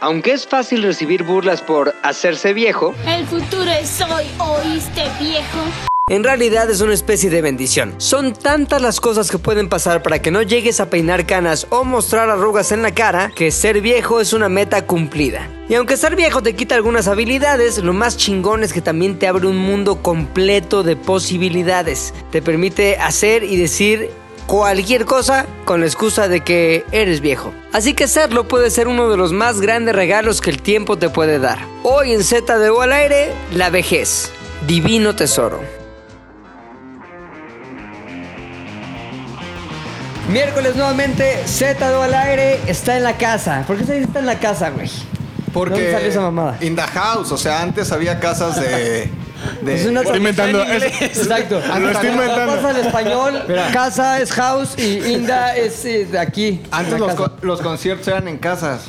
Aunque es fácil recibir burlas por hacerse viejo, El futuro es hoy, oíste viejo. en realidad es una especie de bendición. Son tantas las cosas que pueden pasar para que no llegues a peinar canas o mostrar arrugas en la cara que ser viejo es una meta cumplida. Y aunque ser viejo te quita algunas habilidades, lo más chingón es que también te abre un mundo completo de posibilidades. Te permite hacer y decir cualquier cosa con la excusa de que eres viejo. Así que serlo puede ser uno de los más grandes regalos que el tiempo te puede dar. Hoy en Z de O al aire, la vejez, divino tesoro. Miércoles nuevamente, Z de O al aire está en la casa. ¿Por qué se dice está en la casa, güey? Eh, Porque. ¿Dónde salió esa mamada? In the house. O sea, antes había casas de. de- Es una Estoy inventando. es- Exacto. Lo estoy inventando. Pasa al español, casa es house y Inda es eh, de aquí. Antes La los, casa. co- los conciertos eran en casas.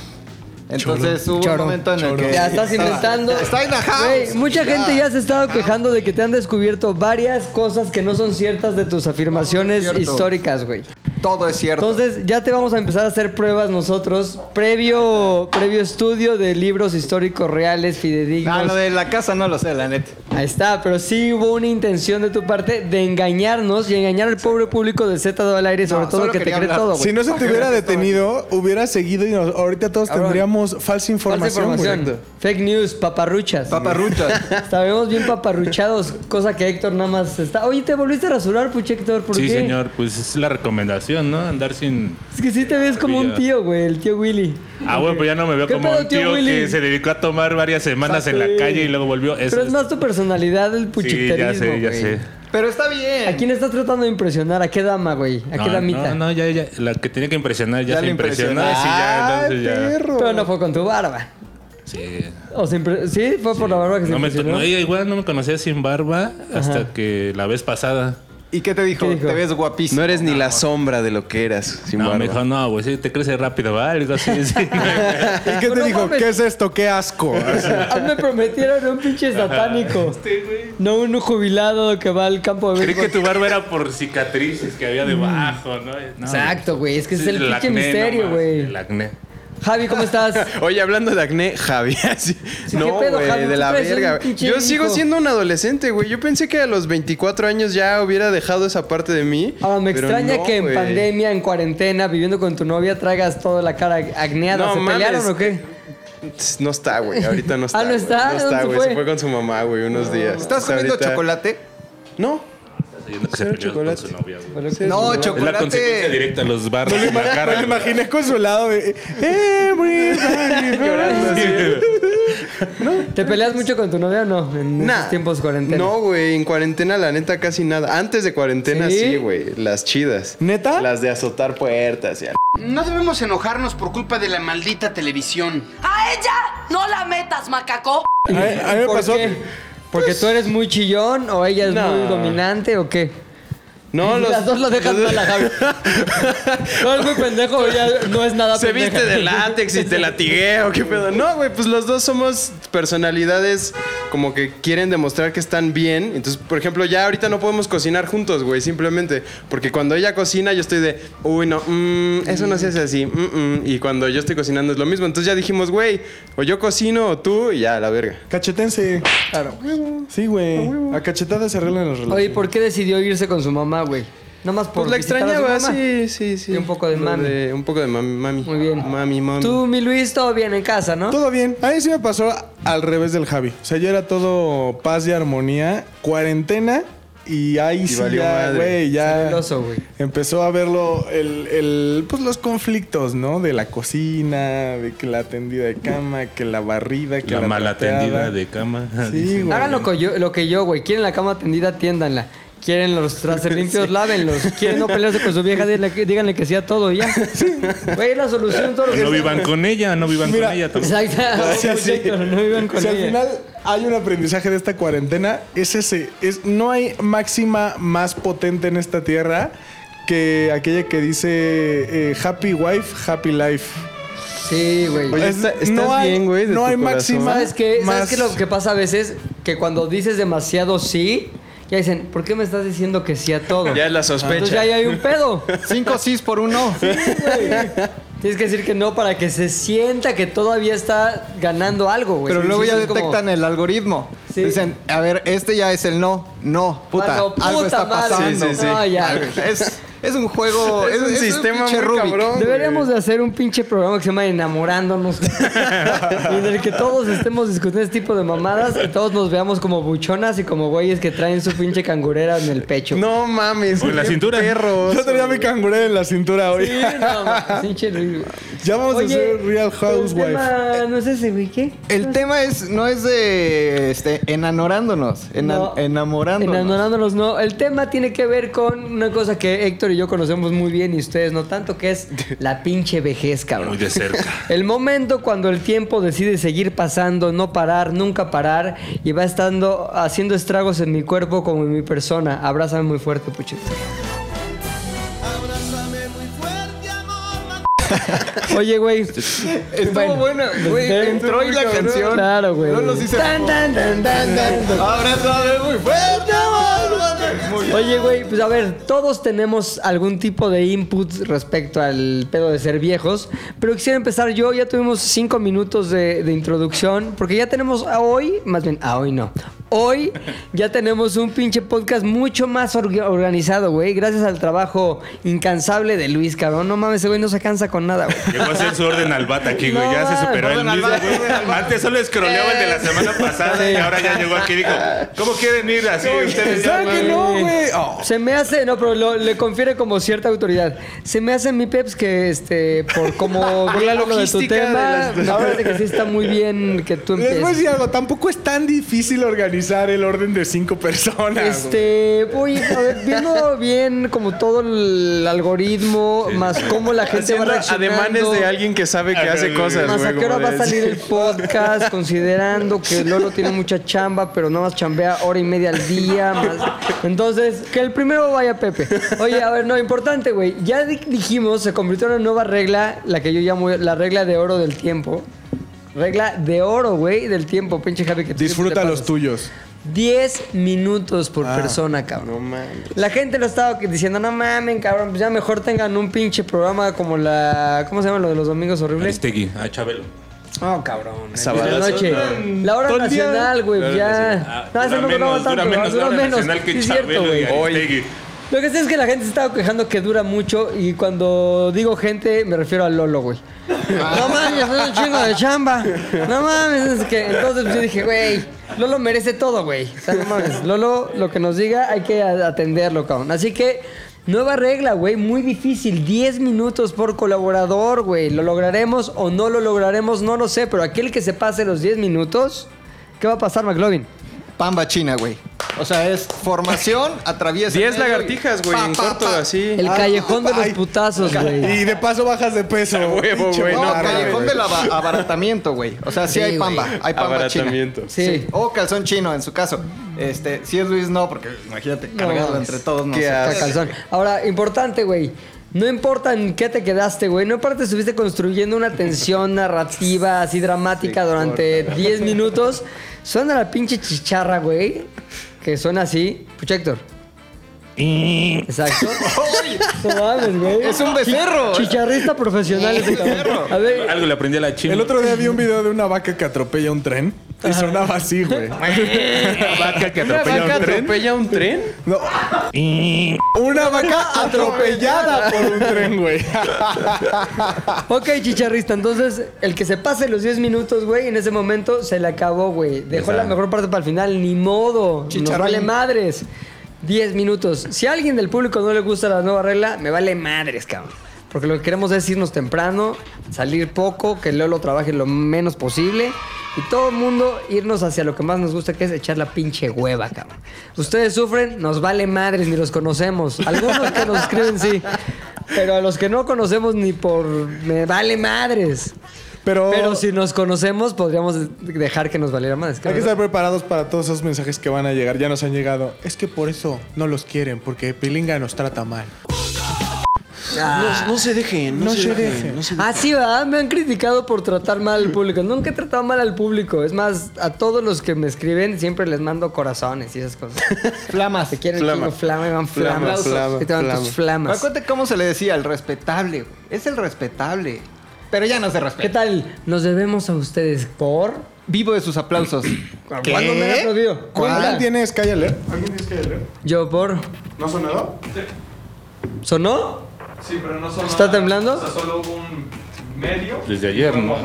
Entonces hubo Choro. un momento en el que. Ya estás estaba- inventando. Está in the house. Güey, mucha gente ya se ha estado quejando de que te han descubierto varias cosas que no son ciertas de tus afirmaciones Cierto. históricas, güey. Todo es cierto. Entonces, ya te vamos a empezar a hacer pruebas nosotros, previo, previo estudio de libros históricos reales, fidedignos. Ah, lo de la casa no lo sé, la neta. Ahí está, pero sí hubo una intención de tu parte de engañarnos y engañar al pobre público de Z al aire, sobre No, todo solo que te quería cree hablar. todo, güey. Si no se te hubiera detenido, hubiera seguido y nos- ahorita todos Cabrón. tendríamos falsa Falsa información. güey. información. Fake news, paparruchas. Paparruchas. Estábamos bien paparruchados, cosa que Héctor nada más está. Oye, te volviste a rasurar, puche Héctor, ¿por Sí, qué? señor, pues es la recomendación, ¿no? Andar sin. Es que sí te ves como un Ya. tío, güey, el tío Willy. Ah, bueno, pues ya no me veo ¿Qué como pedo, un tío tío Willy? que se dedicó a tomar varias semanas en la calle y luego volvió. Es- Pero es más tu personalidad el Sí, ya puchicterismo, sé, ya güey. sé. Pero está bien. ¿A quién estás tratando de impresionar? ¿A qué dama, güey? ¿A qué no, damita? no, no, ya, ya. La que tenía que impresionar ya, Ya se le impresionó. impresionó. sí, ya, Ah, ¡Ay, entonces ya. perro! Pero no fue con tu barba. Sí. O se impre- Sí, fue por la barba que se No me, impresionó. no, ella igual no me conocía sin barba hasta que la vez pasada. ¿Y qué te dijo? ¿Qué dijo? Te ves guapísimo. No eres ni la sombra de lo que eras, sin No, me barba. dijo, no, güey, sí, te crece rápido, ¿va? Algo así. sí. ¿Y qué te No dijo? mames. ¿Qué es esto? ¡Qué asco! Así. Ah, A mí me prometieron un pinche satánico. No un jubilado que va al campo de Creí béisbol. que tu barba era por cicatrices que había debajo, ¿no? No, Exacto, güey, es que ese es el Sí, pinche acné, misterio, no más, güey. El acné. Javi, ¿cómo estás? Oye, hablando de acné, Javi, así. Sí, No, ¿qué pedo, Javi? güey, Tú de la pareces un verga. pinche Yo sigo hijo. siendo un adolescente, güey. Yo pensé que a los 24 años ya hubiera dejado esa parte de mí. Ah, Ahora, Ah, me pero extraña no, que en güey. pandemia, en cuarentena, viviendo con tu novia, traigas toda la cara acneada. No ¿Se pelearon mames. o qué? Tss, No está, güey. Ahorita no está. Ah, ¿no güey. está? No ¿Dónde está, se güey. fue? Se fue con su mamá, güey, unos días. ¿Estás Hasta comiendo ahorita- chocolate? No. Yendo que se Cero peleó chocolate. Con su novia, No, güey. Es la consecuencia chocolate. directa a los barros en la cara. Me lo güey. imaginé con su lado de... "Everybody hurts". ¿Te peleas mucho con tu novia o no? En Nah. esos tiempos cuarentena. No, güey. En cuarentena, la neta, casi nada. Antes de cuarentena, ¿Sí? sí, güey. Las chidas. ¿Neta? Las de azotar puertas y a No debemos enojarnos por culpa de la maldita televisión. ¡A ella! ¡No la metas, macaco! A mí- a mí me ¿Por pasó... qué? ¿Porque tú eres muy chillón o ella es No. muy dominante o qué? No, los- Las dos lo dejan mal a Javi. No es muy pendejo, ella no es nada Se pendeja. viste de látex y te latigueo, qué pedo. No, güey, pues los dos somos personalidades como que quieren demostrar que están bien. Entonces, por ejemplo, ya ahorita no podemos cocinar juntos, güey, simplemente. Porque cuando ella cocina, yo estoy de, uy, no, mm, eso no se hace así. mm, mm". Y cuando yo estoy cocinando es lo mismo. Entonces ya dijimos, güey, o yo cocino o tú, y ya, la verga. Cachetense. Claro. Sí, güey. A cachetadas se arreglan las Oye, relaciones. ¿por qué decidió irse con su mamá, güey? Nada más por Pues la visitar a su extrañaba, mamá. sí, sí, sí. Y un poco de Lo mami. un poco de mami, mami. Muy bien. Mami, mami. Tú, mi Luis, todo bien en casa, ¿no? Todo bien. A mí sí me pasó al revés del Javi. O sea, yo era todo paz y armonía, cuarentena y ahí sí valió ya, madre. güey, ya Celoso, güey. empezó a verlo el, el, pues los conflictos, ¿no? De la cocina, de que la tendida de cama, que la barrida, que la, La mala trapeada. tendida de cama. Sí, güey. Hagan lo que yo, lo que yo, güey. Quieren la cama tendida, atiéndanla. Quieren los trastes limpios, lávenlos. Quieren no pelearse con su vieja, díganle que- díganle que sí a todo y ya. Güey, es la solución todo lo que No vivan con ella, no vivan Mira, con ella tampoco. Exacto. Sí, así. Ah, Perfecto, No vivan con si ella. al final hay un aprendizaje de esta cuarentena, es ese. Es, no hay máxima más potente en esta tierra que aquella que dice eh, Happy Wife, Happy Life. Sí, güey. Oye, Es- ¿está- estás hay- bien, güey, de No tu hay corazón? máxima. ¿Sabes qué? ¿Sabes más- qué lo que pasa a veces? Que cuando dices demasiado sí, ya dicen, ¿por qué me estás diciendo que sí a todo? Ya es la sospecha. Entonces ya ahí hay un pedo. Cinco sís por uno. Tienes que decir que no para que se sienta que todavía está ganando algo, güey. Pero Pues Sí, luego sí, ya es como- detectan el algoritmo. Sí. Dicen, a ver, este ya es el no, no, puta, Bueno, algo puta está madre. pasando. Sí, sí, sí. No, ya. Algo- Es, es un juego, Es es, un es sistema pinche muy Rubik. cabrón. Deberíamos de hacer un pinche programa que se llama Enamorándonos. güey. en el que todos estemos discutiendo este tipo de mamadas y todos nos veamos como buchonas y como güeyes que traen su pinche cangurera en el pecho. No mames, Con la qué cintura. perros. Yo tenía mi cangurera en la cintura hoy. Sí, no, mames, pinche Luis, güey. Ya vamos Oye, a hacer Real pero el Housewife. tema No es ese, güey, ¿qué? El tema es, no es de este, enamorándonos, ena- No. enamorándonos. Enamorándonos, no. El tema tiene que ver con una cosa que Héctor y yo conocemos muy bien y ustedes no tanto, que es la pinche vejez, Muy cabrón. de cerca. El momento cuando el tiempo decide seguir pasando, no parar, nunca parar, y va estando haciendo estragos en mi cuerpo como en mi persona. Abrázame muy fuerte, puchito. Oye, güey. Estuvo bueno, güey, Ve- entró y la canción. Claro, güey. No los hice. Tan, tan, tan, tan, tan, tan. Ahora sabe muy fuerte, amor. Muy bien. Oye, güey, pues a ver, todos tenemos algún tipo de input respecto al pedo de ser viejos, pero quisiera empezar yo, ya tuvimos cinco minutos de, de introducción, porque ya tenemos a hoy, más bien, a hoy no. Hoy ya tenemos un pinche podcast mucho más orga- organizado, güey, gracias al trabajo incansable de Luis, cabrón. No mames, ese güey no se cansa con nada, güey. Llegó a hacer su orden al bata aquí, güey. ya No, se superó el orden al mismo, bata, orden al güey. bata. Antes solo escroleaba el de la semana pasada y ahora ya llegó aquí y dijo, ¿cómo quieren ir así? Ustedes ya, ¿Saben que mames". no, güey? Oh. Se me hace, no, pero lo- le confiere como cierta autoridad. Se me hace mi peps que, este, por como Por la vi lo logística de las- la verdad es que sí está muy bien que tú Les voy a empieces. decir algo, tampoco es tan difícil organizar el orden de cinco personas. Este, voy a ver, viendo bien como todo el algoritmo, más cómo la gente va Haciendo reaccionando. ademanes de alguien que sabe que Ah, hace no, cosas, no, Más güey. a qué hora como va a de- salir el podcast, considerando que Lolo tiene mucha chamba, pero nada más chambea hora y media al día. más- Entonces, que el primero vaya Pepe. Oye, a ver, no, importante, güey. Ya di- dijimos, se convirtió en una nueva regla, la que yo llamo la regla de oro del tiempo. Regla de oro, güey, del tiempo, pinche Javi. Que tú siempre Disfruta te los pasas. tuyos. 10 minutos por persona, cabrón. La gente lo estaba que- diciendo, no mamen, cabrón, pues ya mejor tengan un pinche programa como la. ¿Cómo se llama lo de los domingos horribles? Aristegui, a Chabelo. No, cabrón. eh. Sabadazo, La noche. no. La hora Oh, Todo el día. nacional, güey, La hora ya. Ah, No, ese dura no duraba menos, tanto, dura menos la dura hora menos. nacional Sí, que es cierto, Chabelo y güey. Aristegui. Lo que sé es que la gente se estaba quejando que dura mucho y cuando digo gente me refiero a Lolo, güey. No mames, es un chingo de chamba. No mames, es que entonces pues, yo dije, güey, Lolo merece todo, güey. O sea, no mames, Lolo lo que nos diga hay que a- atenderlo, cabrón. Así que nueva regla, güey, muy difícil, 10 minutos por colaborador, güey. ¿Lo lograremos o no lo lograremos? No lo sé, pero aquel que se pase los 10 minutos, ¿qué va a pasar, McLovin? Pamba china, güey. O sea, es formación, atraviesa. Diez el medio y- lagartijas, güey, pa, en pa, corto, pa. así. El callejón de los Ay. putazos, güey. Y de paso bajas de peso. huevo, Pinche güey, No, no, barra, callejón güey. del aba- abaratamiento, güey. O sea, sí, Sí, hay güey. pamba, hay pamba china. Abaratamiento. Sí. O calzón chino, en su caso. Este, si es Luis, no, porque imagínate, cargado mames. entre todos, no Qué sé. Saca calzón. Ahora, importante, güey. No importa en qué te quedaste, güey. No importa si estuviste construyendo una tensión narrativa así dramática durante 10 minutos. Suena la pinche chicharra, güey. Que suena así. Pucha, Héctor. Exacto. No mames, güey. Es un becerro. Chicharrista profesional. ese cabrón. A ver, Algo le aprendí a la china. El otro día vi un video de una vaca que atropella un tren y sonaba así, güey. vaca que ¿Una atropella vaca un tren. atropella un tren? No. Una vaca atropellada por un tren, güey. Ok, chicharrista, entonces el que se pase los 10 minutos, güey, en ese momento se le acabó, güey. Dejó Esa. la mejor parte para el final, ni modo. Nos Chicharrín. vale madres. 10 minutos. Si a alguien del público no le gusta la nueva regla, me vale madres, cabrón. Porque lo que queremos es irnos temprano, salir poco, que Lolo trabaje lo menos posible y todo el mundo irnos hacia lo que más nos gusta, que es echar la pinche hueva, cabrón. Ustedes sufren, nos vale madres, ni los conocemos. Algunos que nos escriben sí, pero a los que no conocemos ni por... me vale madres. Pero, Pero si nos conocemos, podríamos dejar que nos valiera madres. hay que cabrón. estar preparados para todos esos mensajes que van a llegar. Ya nos han llegado. Es que por eso no los quieren, porque Pilinga nos trata mal. Ah. Pues No se dejen, no, se, dejen. no se- Ah, sí, ¿verdad? Me han criticado por tratar mal al público. Nunca he tratado mal al público. Es más, a todos los que me escriben siempre les mando corazones y esas cosas. Flamas. Te quieren Flama. flama. flama y van Flama, flamas. flama, Y te van tus flama. flamas. Acuérdate cómo se le decía, el respetable, güey. Es el respetable. Pero ya no se ¿Qué respeta. tal? Nos debemos a ustedes. Por vivo de sus aplausos. ¿Cuándo me han aplaudido? ¿Cuál ¿Cuándo? tiene Sky Alert? ¿Alguien tiene Sky Alert? Yo por. ¿No ha sonado? ¿Sonó? Sí, pero no sonó. ¿Está temblando? solo un medio. Desde ayer, ¿no?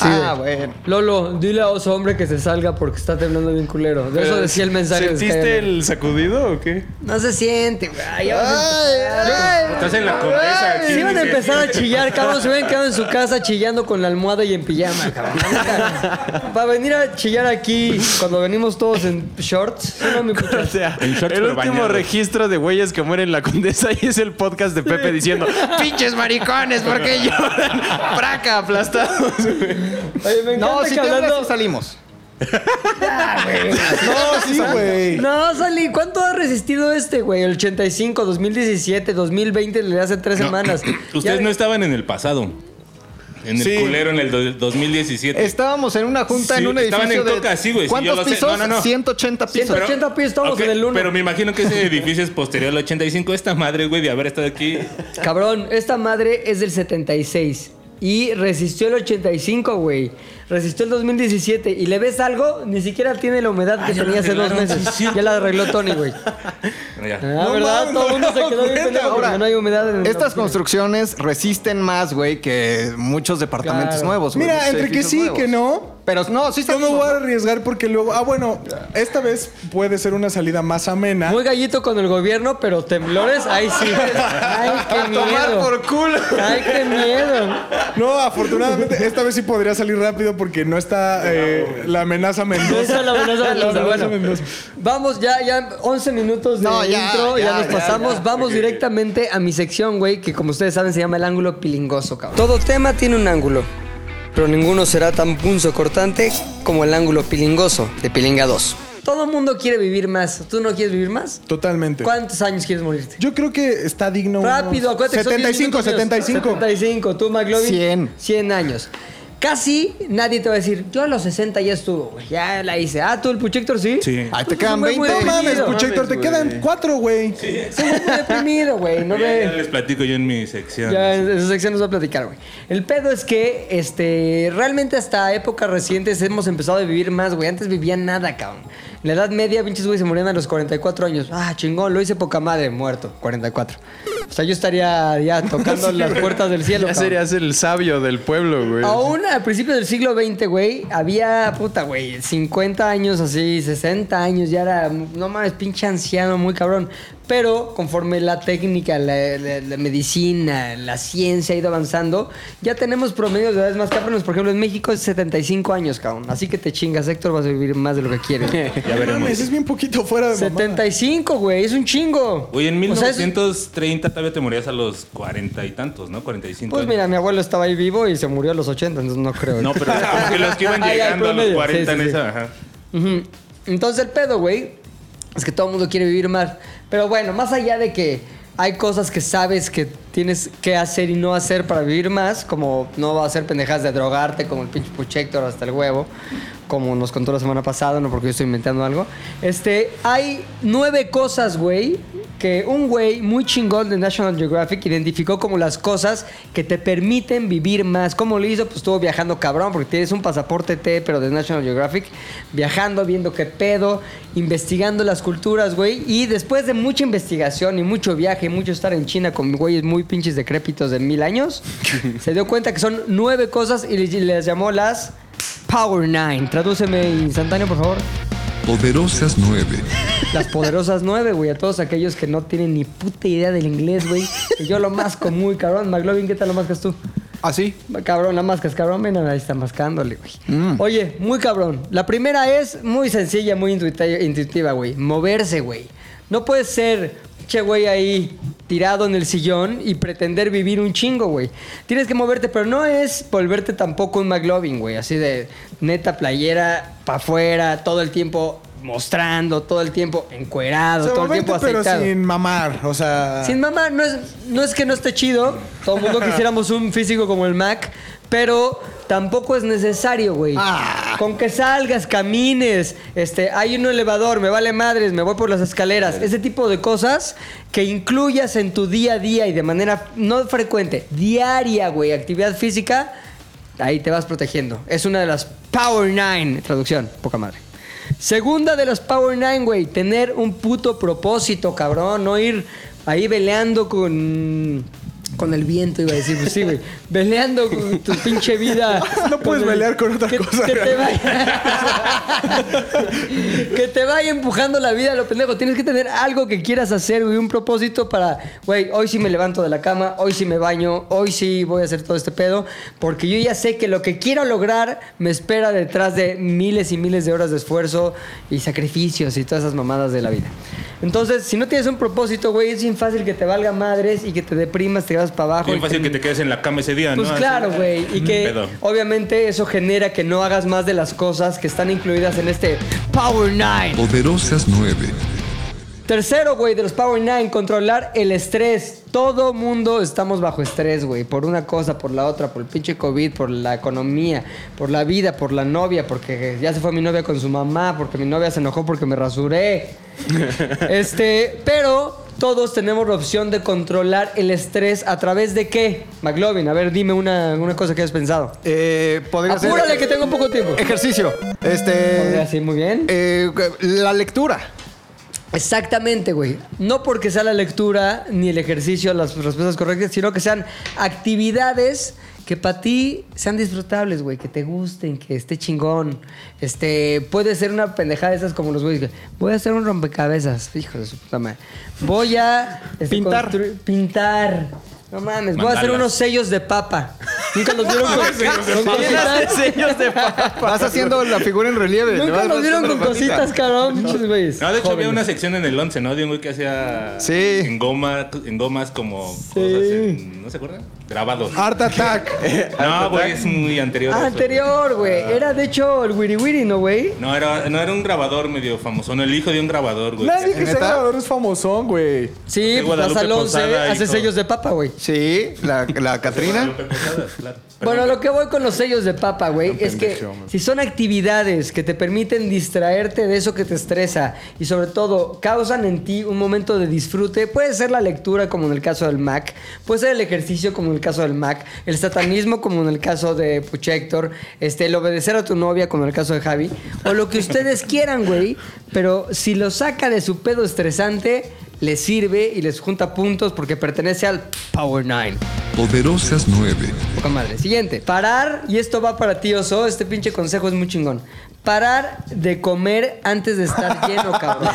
Ah, bueno. Lolo, dile a oso hombre que se salga porque está temblando bien culero. De eso decía el mensaje. de Sky ¿Sentiste Alert. el sacudido o qué? No se siente, güey. Ya vas a empezar. Estás en la condesa. aquí, Sí, van a dice. empezar a chillar, cabrón. Se hubieran quedado en su casa chillando con la almohada y en pijama, cabrón. La neta. Para venir a chillar aquí cuando venimos todos en shorts. No, mi puta. O sea, En el shorts, pero último bañados. registro de güeyes que mueren en la condesa y es el podcast de Pepe diciendo: ¡Pinches maricones! ¿Por qué lloran? ¡Praca, aplastados! Oye, me encanta No, si te que hablando... salimos. No, sí, güey. No, Sally, ¿cuánto ha resistido este, güey? El 85, 2017, 2020, le hace tres semanas. Ustedes Ya- no estaban en el pasado. En el Sí. culero, en el do- 2017. Estábamos en una junta Sí, en un estaban edificio en de... Coca, sí, güey, sí, yo ¿Cuántos lo sé. pisos? No, no, no. 180 pisos. 180 pies, estamos Ok, en el 1. Pero me imagino que ese edificio es posterior al 85. Esta madre, güey, de haber estado aquí. Cabrón, esta madre es del 76. Y resistió el 85, güey. Resistió el 2017. Y le ves algo, ni siquiera tiene la humedad que ya la tenía hace dos arreglaron, sí, meses. es cierto. Ya la arregló Tony, güey. Bueno, ya. Ah, No ¿verdad? mames, Todo el no me mundo se quedó bien acuerdo. pendejo porque Ahora, no hay humedad en la Estas oficina. construcciones resisten más, güey, que muchos departamentos Claro. nuevos. güey, Mira, muchos entre que edificios sí, nuevos. que no. Pero no, sí Yo me salimos. voy a arriesgar porque luego. Ah, bueno, esta vez puede ser una salida más amena. Muy gallito con el gobierno, pero temblores, ahí sí. Ay, qué ¡Tomar miedo. por culo! Ay, qué miedo. No, afortunadamente, esta vez sí podría salir rápido porque no está eh, la amenaza Mendoza. Esa es la amenaza de Mendoza. amenaza Bueno, vamos ya, ya 11 minutos de No, ya, intro, ya, ya, nos ya, pasamos. Vamos directamente a mi sección, güey, que como ustedes saben se llama el ángulo pilingoso, cabrón. Todo tema tiene un ángulo, pero ninguno será tan punzo cortante como el ángulo pilingoso de Pilinga 2. Todo mundo quiere vivir más. ¿Tú no quieres vivir más? Totalmente. ¿Cuántos años quieres morirte? Yo creo que está digno. unos Rápido, acuérdate. que son 75, 10 minutos, 75. 75, tú, McLovin. 100. 100 años. Casi nadie te va a decir, yo a los 60 ya estuvo, güey, ya la hice. Ah, tú, el Puchector, sí. Sí. Ahí te Pues quedan es un güey 20. muy No mames, deprimido. Puchector, te quedan cuatro, güey. Es un güey muy deprimido, güey. No Ya- ya ve. les platico yo en mi sección. Ya en en su sección nos va a platicar, güey. El pedo es que, este, realmente hasta épocas recientes hemos empezado a vivir más, güey. Antes vivían nada, cabrón. En la Edad Media, pinches güey, se morían a los 44 años. Ah, chingón, lo hice poca madre, muerto, 44. O sea, yo estaría ya tocando las puertas del cielo, Ya cabrón. serías el sabio del pueblo, güey. Aún al principio del siglo XX, güey, había, puta, güey, 50 años así, 60 años, ya era, no mames, pinche anciano, muy cabrón. Pero conforme la técnica, la, la- la medicina, la ciencia ha ido avanzando, ya tenemos promedios de edades más cabrones. Por ejemplo, en México es 75 años, cabrón. Así que te chingas, Héctor, vas a vivir más de lo que quieres. Ya No veremos. mames, Pues es bien poquito fuera de mamada. 75, güey, es un chingo. Oye, en O sea, es- 1930 todavía te morías a los cuarenta y tantos, ¿no? 45 Pues años. mira, mi abuelo estaba ahí vivo y se murió a los 80, entonces no creo. No, pero es como que los que iban Ay, ay, llegando a los promedio. 40 Sí, sí, en sí. esa. Ajá. Ujú. Entonces el pedo, güey, es que todo el mundo quiere vivir más. Pero bueno, más allá de que hay cosas que sabes que tienes que hacer y no hacer para vivir más, como no va a hacer pendejadas de drogarte, como el pinche Puchector hasta el huevo, como nos contó la semana pasada, no porque yo estoy inventando algo. Este, hay nueve cosas, güey, que un güey muy chingón de National Geographic identificó como las cosas que te permiten vivir más. ¿Cómo lo hizo? Pues estuvo viajando cabrón, porque tienes un pasaporte T, pero de National Geographic, viajando, viendo qué pedo, investigando las culturas, güey. Y después de mucha investigación y mucho viaje, y mucho estar en China con güeyes muy pinches decrépitos de mil años, se dio cuenta que son nueve cosas y les, les llamó las Power Nine. Tradúceme instantáneo, por favor. Poderosas 9. Las poderosas nueve, güey. A todos aquellos que no tienen ni puta idea del inglés, güey. Que Yo lo masco muy, cabrón. McLovin, ¿qué tal lo mascas tú? Así. Cabrón, la mascas, cabrón. Ven, ahí está mascándole, güey. Mm. Oye, muy cabrón. La primera es muy sencilla, muy intuita- intuitiva, güey. Moverse, güey. No puedes ser, che, güey, ahí tirado en el sillón y pretender vivir un chingo, güey. Tienes que moverte, pero no es volverte tampoco un McLovin, güey. Así de neta playera para afuera, todo el tiempo mostrando, todo el tiempo encuerado, O sea, todo el tiempo moverte, pero aceitado. sin mamar. O sea. Sin mamá, no es, no es que no esté chido. Todo el mundo quisiéramos un físico como el Mac. Pero Tampoco es necesario, güey. Con que salgas, camines, este, hay un elevador, me vale madres, me voy por las escaleras. Ese tipo de cosas que incluyas en tu día a día y de manera no frecuente, diaria, güey, actividad física, ahí te vas protegiendo. Es una de las Power Nine, traducción, poca madre. Segunda de las Power Nine, güey, tener un puto propósito, cabrón, no ir ahí veleando con con el viento iba a decir, pues sí, güey, veleando con tu pinche vida. No puedes el- pelear con otra que, cosa. que te güey. vaya, que te vaya empujando la vida, lo pendejo. Tienes que tener algo que quieras hacer, güey, un propósito para, güey, hoy sí me levanto de la cama, hoy sí me baño, hoy sí voy a hacer todo este pedo, porque yo ya sé que lo que quiero lograr me espera detrás de miles y miles de horas de esfuerzo y sacrificios y todas esas mamadas de la vida. Entonces, si no tienes un propósito, güey, es bien fácil que te valga madres y que te deprimas, te vas para abajo. Bien y fácil que te quedes en la cama ese día, pues ¿no? Así. claro, güey. Y Mm, que pedo. obviamente eso genera que no hagas más de las cosas que están incluidas en este Power 9. Poderosas 9. Tercero, güey, de los Power 9, controlar el estrés. Todo mundo estamos bajo estrés, güey. Por una cosa, por la otra, por el pinche COVID, por la economía, por la vida, por la novia, porque ya se fue mi novia con su mamá, porque mi novia se enojó porque me rasuré. este, pero todos tenemos la opción de controlar el estrés a través de qué? McLovin, a ver, dime una, una cosa que has pensado. Eh, podría ser- Apúrale que tengo poco tiempo. Ejercicio. Este. Podría ser, muy bien. eh, la lectura. Exactamente, güey. No porque sea la lectura ni el ejercicio las respuestas correctas, sino que sean actividades que para ti sean disfrutables, güey, que te gusten, que esté chingón. Este, puede ser una pendejada de esas como los güeyes que voy a hacer un rompecabezas, hijo de su puta madre. Voy a este, Pintar. construir- pintar. No mames, voy a hacer Mandalas. unos sellos de papa. Nunca los vieron con, con cositas. Vas haciendo la figura en relieve. le Nunca vas los vieron con rascando la patita. cositas, cabrón, pinches güeyes. No, de hecho había Jóvenes. una sección en el 11, ¿no? De un güey que hacía Sí. en, goma, en gomas como cosas en- ¿No se acuerdan? Grabados. Art Attack. no, güey, es muy anterior. a Ah, eso. Ah. anterior, güey. Era de hecho el Wiri Wiri, ¿no, güey? No era, no era un grabador medio famoso, no, el hijo de un grabador, güey. Nadie que sea ¿Neta? grabador es famosón, güey. Sí, De pues Guadalupe al 11 Posada hace hizo- sellos de papa, güey. Sí, la, la Catrina. Guadalupe Posadas, claro. Bueno, lo que voy con los sellos de papa, güey, es que si son actividades que te permiten distraerte de eso que te estresa y sobre todo causan en ti un momento de disfrute, puede ser la lectura como en el caso del Mac, puede ser el ejercicio como en el caso del Mac, el satanismo como en el caso de Puchector, este, el obedecer a tu novia como en el caso de Javi, o lo que ustedes quieran, güey, pero si lo saca de su pedo estresante, les sirve y les junta puntos porque pertenece al Power Nine. Poderosas 9. Poca madre. Siguiente. Parar, y esto va para ti, oso. Este pinche consejo es muy chingón. Parar de comer antes de estar lleno, cabrón.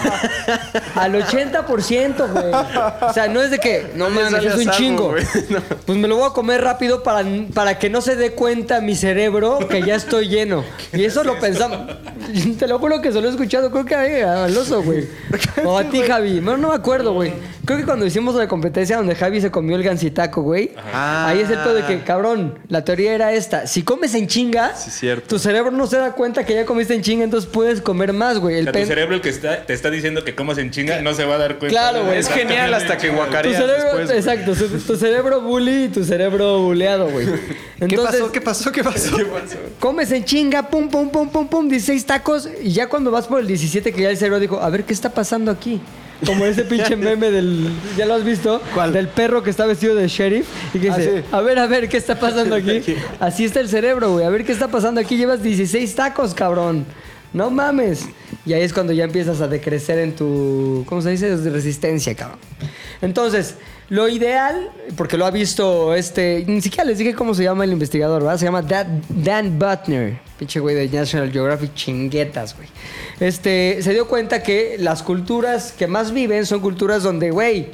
Al 80%, güey. O sea, no es de que, no mames, sale es a un salvo, chingo. güey. No. Pues me lo voy a comer rápido para, para que no se dé cuenta mi cerebro que ya estoy lleno. Y eso lo pensamos. Te lo juro que se lo he escuchado, creo que a- al oso, güey. O a ti, Javi. No, no me acuerdo, güey. Creo que cuando hicimos la competencia donde Javi se comió el gansitaco, güey. Ahí es el pedo de que, cabrón, la teoría era esta. Si comes en chinga, Sí, cierto. tu cerebro no se da cuenta que ya comiste en chinga, entonces puedes comer más, güey. El O sea, tu pen- cerebro el que está, te está diciendo que comas en chinga no se va a dar cuenta. Claro, güey. Es genial hasta que Tu guacareas cerebro, después. güey. exacto, su- tu cerebro bully y tu cerebro buleado, güey. ¿Qué Entonces, pasó? ¿Qué pasó? ¿Qué pasó? comes en chinga, pum, pum, pum, pum, pum, 16 tacos y ya cuando vas por el 17 que ya el cerebro dijo, a ver, ¿qué está pasando aquí? Como ese pinche meme del, ¿ya lo has visto? Del perro que está vestido de sheriff y que dice, a ver, a ver, ¿qué está pasando aquí? Así está el cerebro, güey, a ver, ¿qué está pasando aquí? Llevas 16 tacos, cabrón. No mames. Y ahí es cuando ya empiezas a decrecer en tu, ¿cómo se dice? Resistencia, cabrón. Entonces, lo ideal, porque lo ha visto este, ni siquiera les dije cómo se llama el investigador, ¿verdad? Se llama Dan, Dan Butner, pinche güey de National Geographic, chinguetas, güey. Este, se dio cuenta que las culturas que más viven son culturas donde, güey,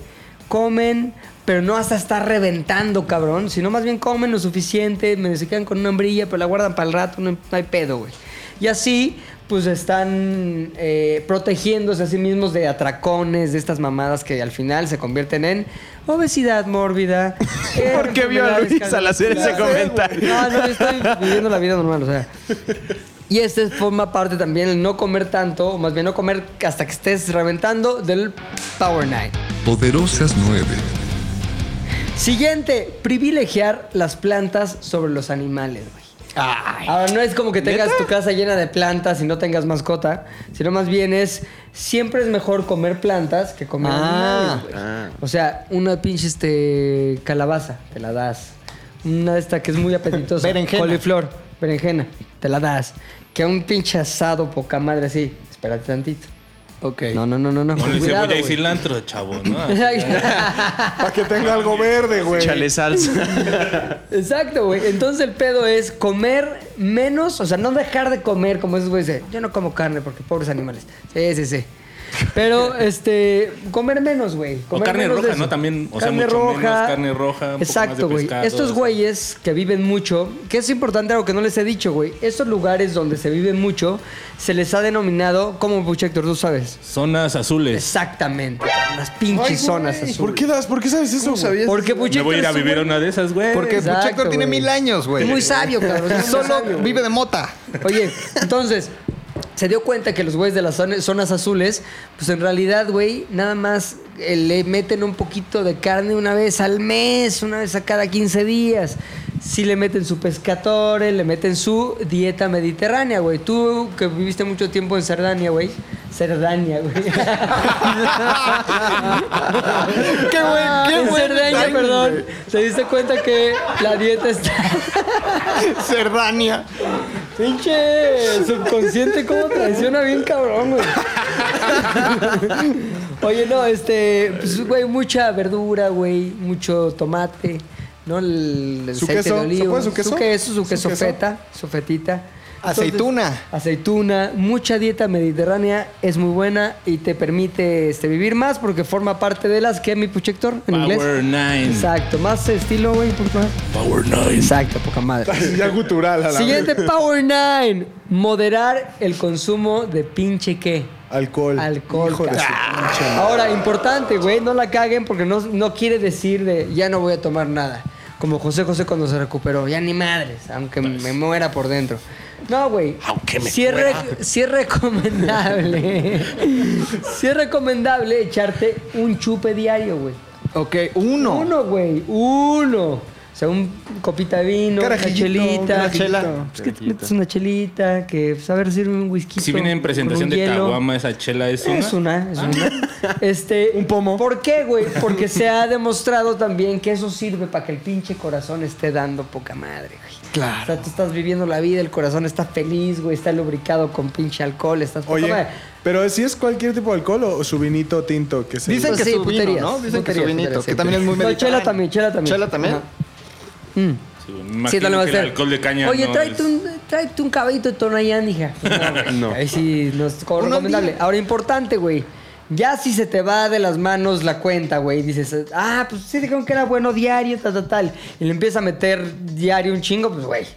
comen, pero no hasta estar reventando, cabrón, sino más bien comen lo suficiente, me- se quedan con una hembrilla, pero la guardan para el rato, no, no hay pedo, güey. Y así, pues están eh, protegiéndose a sí mismos de atracones, de estas mamadas que al final se convierten en obesidad mórbida. ¿Por qué vio a enfermedades Luis al hacer ese comentario? No, no, yo estoy viviendo la vida normal, o sea. Y este forma parte también el no comer tanto, o más bien no comer hasta que estés reventando del Power Night. Poderosas 9. Siguiente, privilegiar las plantas sobre los animales, güey. Ahora, no es como que tengas tu casa llena de plantas y no tengas mascota, sino más bien es siempre es mejor comer plantas que comer Ah. animales, güey. O sea, una pinche este, calabaza, te la das. Una de estas que es muy apetitosa. Berenjena. Coliflor, berenjena, te la das. Que un pinche asado, poca madre, así. Espérate tantito. Ok. No, no, no, no, no. Ponle Cuidado, cebolla y güey. cilantro, chavo, ¿no? Para que tenga algo verde, güey. Chale salsa. Exacto, güey. Entonces el pedo es comer menos, o sea, no dejar de comer, como esos güeyes de, yo no como carne porque pobres animales. Sí, sí, sí. Pero, este, comer menos, güey. O comer carne menos de roja, eso. ¿no? También, o sea, mucho menos carne roja, un poco más de Exacto, güey. pescado, Estos así. güeyes que viven mucho, que es importante algo que no les he dicho, güey. Estos lugares donde se vive mucho, se les ha denominado, como Puchector, tú sabes. Zonas azules. Exactamente. Las pinches Ay, zonas güey, azules. ¿Por qué, das, ¿Por qué sabes eso? güey? Porque Me Puchector voy a ir a es un vivir a güey- una de esas, güey. Porque Exacto, Puchector tiene güey. mil años, güey. Es muy sabio, cabrón. es muy Solo sabio, güey. vive de mota. Oye, entonces, se dio cuenta que los güeyes de las zone- zonas azules, pues en realidad, güey, nada más eh, le meten un poquito de carne una vez al mes, una vez a cada 15 días. Sí le meten su pescatore, le meten su dieta mediterránea, güey. Tú que viviste mucho tiempo en Cerdania, güey. Cerdania, güey. Qué buen- qué Ah, En buen Cerdeña, timing, perdón. ¿Te diste cuenta que la dieta está. Cerdania. Pinche subconsciente, cómo traiciona bien cabrón, güey. Oye, no, este, pues, güey, mucha verdura, güey, mucho tomate, ¿no? El ¿Su aceite queso? de oliva. ¿Se puede su queso? Su queso, su ¿Su queso queso? feta, su fetita. Entonces, Aceituna. aceituna, mucha dieta mediterránea es muy buena y te permite este, vivir más porque forma parte de las que mi puchector en Power inglés. Nine. Exacto, más estilo, güey, por favor. Power Nine. Exacto, poca madre. Ya gutural a la Siguiente vez. Power 9. Moderar el consumo de pinche qué. Alcohol. Alcohol. Hijo de su cabrón. pinche madre. Ahora, importante, güey, no la caguen porque no, no quiere decir de ya no voy a tomar nada. Como José José cuando se recuperó, ya ni madres, aunque me muera por dentro. No, güey. Pues. Aunque me sí es, re- sí es recomendable. sí es recomendable echarte un chupe diario, güey. Ok, uno. Uno, güey. Uno. O sea, un copita de vino, una Carajillito, chelita. una chela. Pues que te metes una chelita, que pues, a ver, sirve un whisky. Si viene en presentación con un de hielo. Caguama, esa chela es una. Es una, es una. Ah. Este, un pomo. ¿Por qué, güey? Porque se ha demostrado también que eso sirve para que el pinche corazón esté dando poca madre, güey. Claro. O sea, tú estás viviendo la vida, el corazón está feliz, güey, está lubricado con pinche alcohol, estás poca Oye, madre. pero si es cualquier tipo de alcohol o su vinito tinto que se Dicen Pues que sí, su vino, puterías, ¿no? Dicen que puterías, su vinito, puterías, que sí. también es muy No, chela mediterráneo. también, chela también. Chela también. Ajá. Mm. Sí, me imagino Sí, que dale más el hacer. alcohol de caña. Oye, no tráete, es- un, tráete un caballito de Tonayán, hija. No. Ahí sí, no es como Uno al recomendable. día. Ahora, importante, güey. Ya si se te va de las manos la cuenta, güey, dices, ah, pues sí dijeron que era bueno diario, tal, tal, tal. Y le empieza a meter diario un chingo, pues, güey.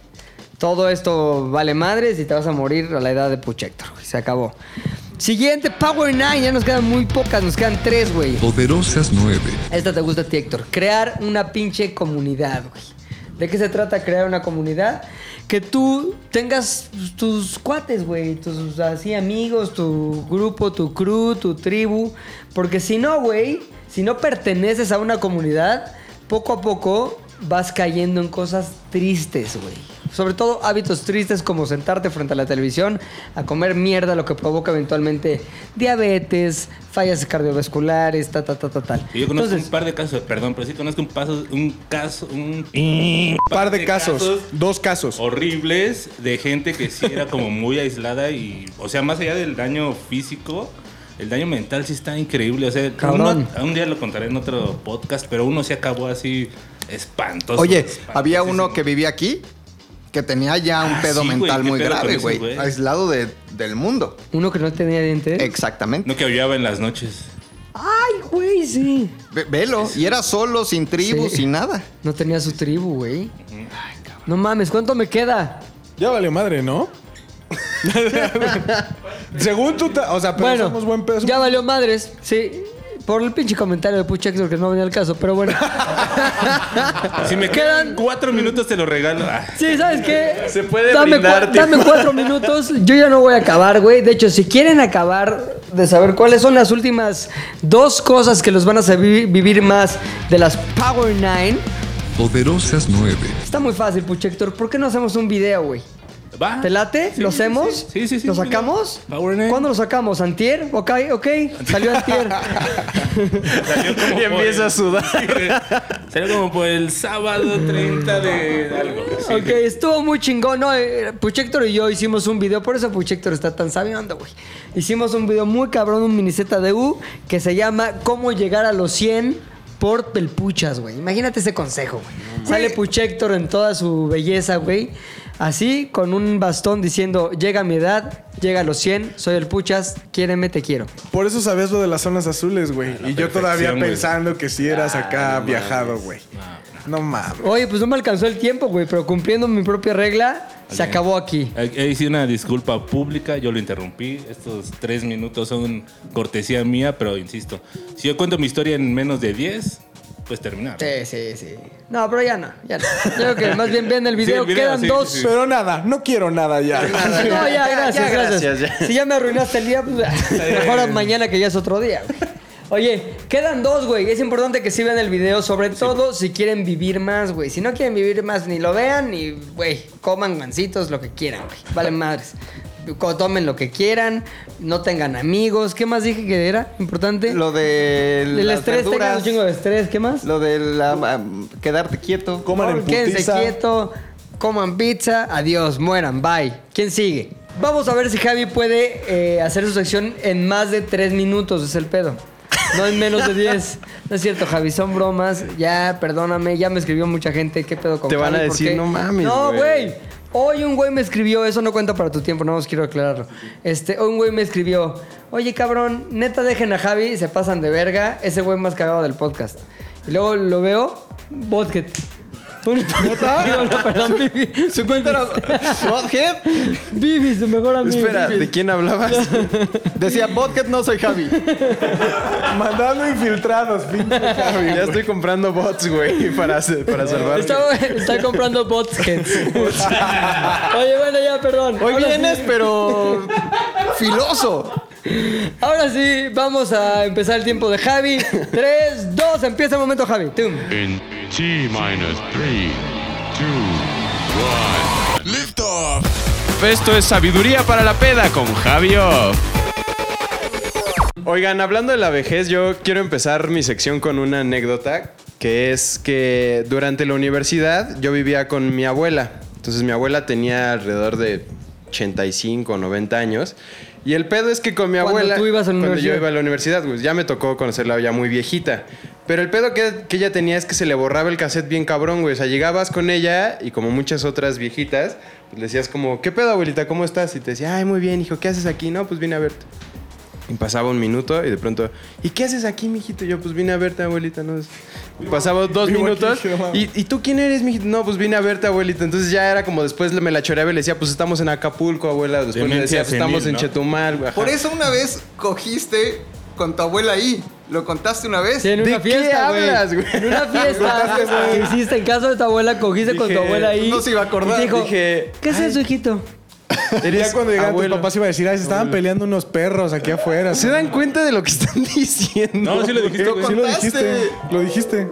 Todo esto vale madres y te vas a morir a la edad de Puchector, güey. Se acabó. Siguiente, Power 9. Ya nos quedan muy pocas, nos quedan tres, güey. Poderosas 9. Esta te gusta a ti, Héctor. Crear una pinche comunidad, güey. ¿De qué se trata crear una comunidad? Que tú tengas tus cuates, güey, tus así amigos, tu grupo, tu crew, tu tribu. Porque si no, güey, si no perteneces a una comunidad, poco a poco vas cayendo en cosas tristes, güey. Sobre todo hábitos tristes como sentarte frente a la televisión a comer mierda, lo que provoca eventualmente diabetes, fallas cardiovasculares, ta, ta, ta, ta, tal. Yo conozco Entonces, un par de casos, perdón, pero sí conozco un, paso, un caso, un Par de casos, dos casos. horribles de gente que sí era como muy aislada y, o sea, más allá del daño físico, el daño mental sí está increíble. O sea, Cabrón. uno- un día lo contaré en otro podcast, pero uno se acabó así espantoso. Oye, espantosísimo. había uno que vivía aquí que tenía ya un Ah, pedo sí, güey, mental qué muy pedo con grave, esos güey. güeyes. Aislado de- del mundo. Uno que no tenía dientes. Exactamente. No que aullaba en las noches. Ay, güey, sí. Ve- Velo. Y era solo, sin tribu, Sí. sin nada. No tenía su tribu, güey. No mames, ¿cuánto me queda? Ya valió madre, ¿no? Según tú, ta- o sea, pero bueno, somos buen pedo. ya valió madres. Sí. Por el pinche comentario de Puchex, que no venía al caso, pero bueno. Ah. Si me quedan cuatro minutos te lo regalo. Ah, Sí, ¿sabes qué? Se puede dame, brindar cua- tiempo. dame cuatro minutos. Yo ya no voy a acabar, güey. De hecho, si quieren acabar de saber cuáles son las últimas dos cosas que los van a hacer vi- vivir más de las Power Nine, Poderosas 9. Está muy fácil, Puchector. ¿Por qué no hacemos un video, güey? ¿Va? ¿Te late? Sí, ¿Lo sí, hacemos? sí, sí, sí, sí, ¿Lo mira. sacamos? Power Name. ¿Cuándo lo sacamos? ¿Antier? Ok, ok. Salió Antier. Salió como Y por empieza a sudar. el- Salió como por el sábado 30 de algo. Sí. ok, estuvo muy chingón. No, Eh, Puchector y yo hicimos un video. Por eso Puchector está tan sabiendo, güey. Hicimos un video muy cabrón, un miniseta de U, que se llama ¿Cómo llegar a los 100 por pelpuchas, güey? Imagínate ese consejo, güey. Sale Puchector en toda su belleza, güey. Así, con un bastón diciendo, llega mi edad, llega a los 100, soy el puchas, quiéreme, te quiero. Por eso sabes lo de las zonas azules, güey. Y yo todavía perfección, güey. pensando que si eras acá viajado, güey. No mames. Oye, pues no me alcanzó el tiempo, güey, pero cumpliendo mi propia regla, se Ok. acabó aquí. Eh, eh, Hice una disculpa pública, yo lo interrumpí. Estos tres minutos son cortesía mía, pero insisto, si yo cuento mi historia en menos de 10, pues terminar. Sí, sí, sí. No, pero ya no, ya no. Yo creo que más bien vean el Sí, video. el video, Quedan sí, dos. sí, sí. Pero nada, no quiero nada ya. No, ya, gracias, ya, gracias. gracias, ya. Si ya me arruinaste el día, pues mejor mañana que ya es otro día. güey. Oye, quedan dos, güey. Es importante que sí vean el video, sobre todo si quieren vivir más, güey. Si no quieren vivir más, ni lo vean, ni, güey, coman gancitos, lo que quieran, güey. Vale madres. Co- Tomen lo que quieran, no tengan amigos. ¿Qué más dije que era importante? Lo de El las estrés, tengan un verduras, chingo de estrés. ¿Qué más? Lo de la, am, quedarte quieto. Coman en Oh, Quédense putiza. quieto, coman pizza, adiós, mueran, bye. ¿Quién sigue? Vamos a ver si Javi puede eh, hacer su sección en más de tres minutos, es el pedo. No en menos de 10. No es cierto, Javi, son bromas. Ya, perdóname, ya me escribió mucha gente. ¿Qué pedo con Te van a Javi? ¿Por decir, qué? "No mames, No, güey". güey. Hoy un güey me escribió, eso no cuenta para tu tiempo, no os quiero aclararlo. Este, hoy un güey me escribió, oye cabrón, neta dejen a Javi, se pasan de verga, ese güey más cagado del podcast. Y luego lo veo, Bosquet. Digo, no, perdón, Vivi. Su cuenta era- Bothead. Vivi, su mejor amigo. Espera, Vivi. ¿de quién hablabas? Decía, Botket no soy Javi. Mandando infiltrados, pinche Javi. ya estoy comprando bots, güey, para, hacer- para salvar. Está, está comprando Botsket. Oye, bueno, ya, perdón. Hoy Ahora vienes, sí- pero filoso. Ahora sí, vamos a empezar el tiempo de Javi. 3, 2, empieza el momento, Javi. Tum. En T minus 3, 2, 1. Lift off. Esto es Sabiduría para la Peda con Javio. Oigan, hablando de la vejez, yo quiero empezar mi sección con una anécdota, que es que durante la universidad yo vivía con mi abuela. Entonces mi abuela tenía alrededor de 85 o 90 años. Y el pedo es que con mi Cuando abuela... tú ibas a la cuando universidad. yo iba a la universidad, pues ya me tocó conocerla ya muy viejita. Pero el pedo que, que ella tenía es que se le borraba el cassette bien cabrón, güey. O sea, llegabas con ella y como muchas otras viejitas, pues le decías como, ¿qué pedo, abuelita? ¿Cómo estás? Y te decía, ay, muy bien, hijo, ¿qué haces aquí? No, pues vine a verte. Y pasaba un minuto y de pronto, ¿y qué haces aquí, mijito? Yo, pues vine a verte, abuelita. No, Y pasaba dos vivo minutos. aquí, mamá. ¿Y, ¿Y tú quién eres, mijito? No, pues vine a verte, abuelita. Entonces ya era como después me la choreaba y le decía, pues estamos en Acapulco, abuela. Después le Demencia decía, pues, estamos senil, en ¿no? Chetumal. güey. Ajá. Por eso una vez cogiste con tu abuela ahí. Lo contaste una vez. Sí, en ¿De una qué fiesta, güey. hablas, güey? En una fiesta que hiciste en casa de tu abuela, cogiste con tu Dije, abuela ahí. no se iba a acordar. Y te dijo, Dije, ¿qué es "Ay, eso, hijito? Eres Ya cuando llegaron tus abuelo. papás iba a decir, ay, se estaban peleando unos perros aquí afuera. ¿Se dan cuenta de lo que están diciendo? No, sí lo dijiste, güey. Sí lo dijiste, lo dijiste.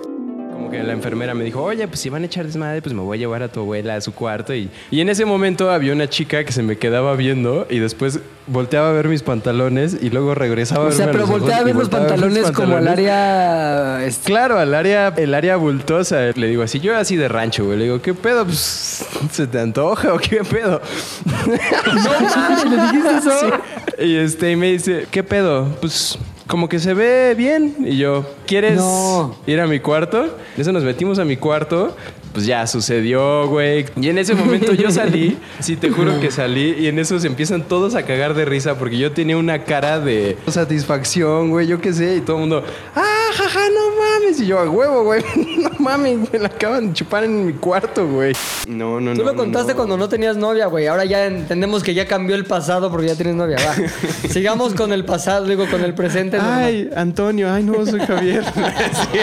Como que la enfermera me dijo, oye, pues si van a echar desmadre, pues me voy a llevar a tu abuela a su cuarto. Y, y en ese momento había una chica que se me quedaba viendo y después volteaba a ver mis pantalones y luego regresaba a O verme sea, a pero los ojos voltea a y ver los volteaba a ver mis pantalones como al pantalones. área. este, Claro, al área, el área bultosa. Le digo así, yo así de rancho, güey. Le digo, ¿qué pedo? Pues, ¿se te antoja o qué pedo? Sí. Y este, y me dice, ¿qué pedo? Pues, como que se ve bien. Y yo, ¿quieres No. ir a mi cuarto? En eso nos metimos a mi cuarto. Pues ya sucedió, güey. Y en ese momento yo salí, sí, te juro que salí. Y en eso se empiezan todos a cagar de risa porque yo tenía una cara de satisfacción, güey, yo qué sé. Y todo el mundo, ¡ah, jaja, no mames! Y yo, a huevo, güey, no mames, me la acaban de chupar en mi cuarto, güey. No, no, no. Tú lo no, contaste no. cuando no tenías novia, güey. Ahora ya entendemos que ya cambió el pasado porque ya tienes novia. Va. Sigamos con el pasado, digo, con el presente. Ah, normal. Ay, Antonio, ay, no, soy Javier. Sí.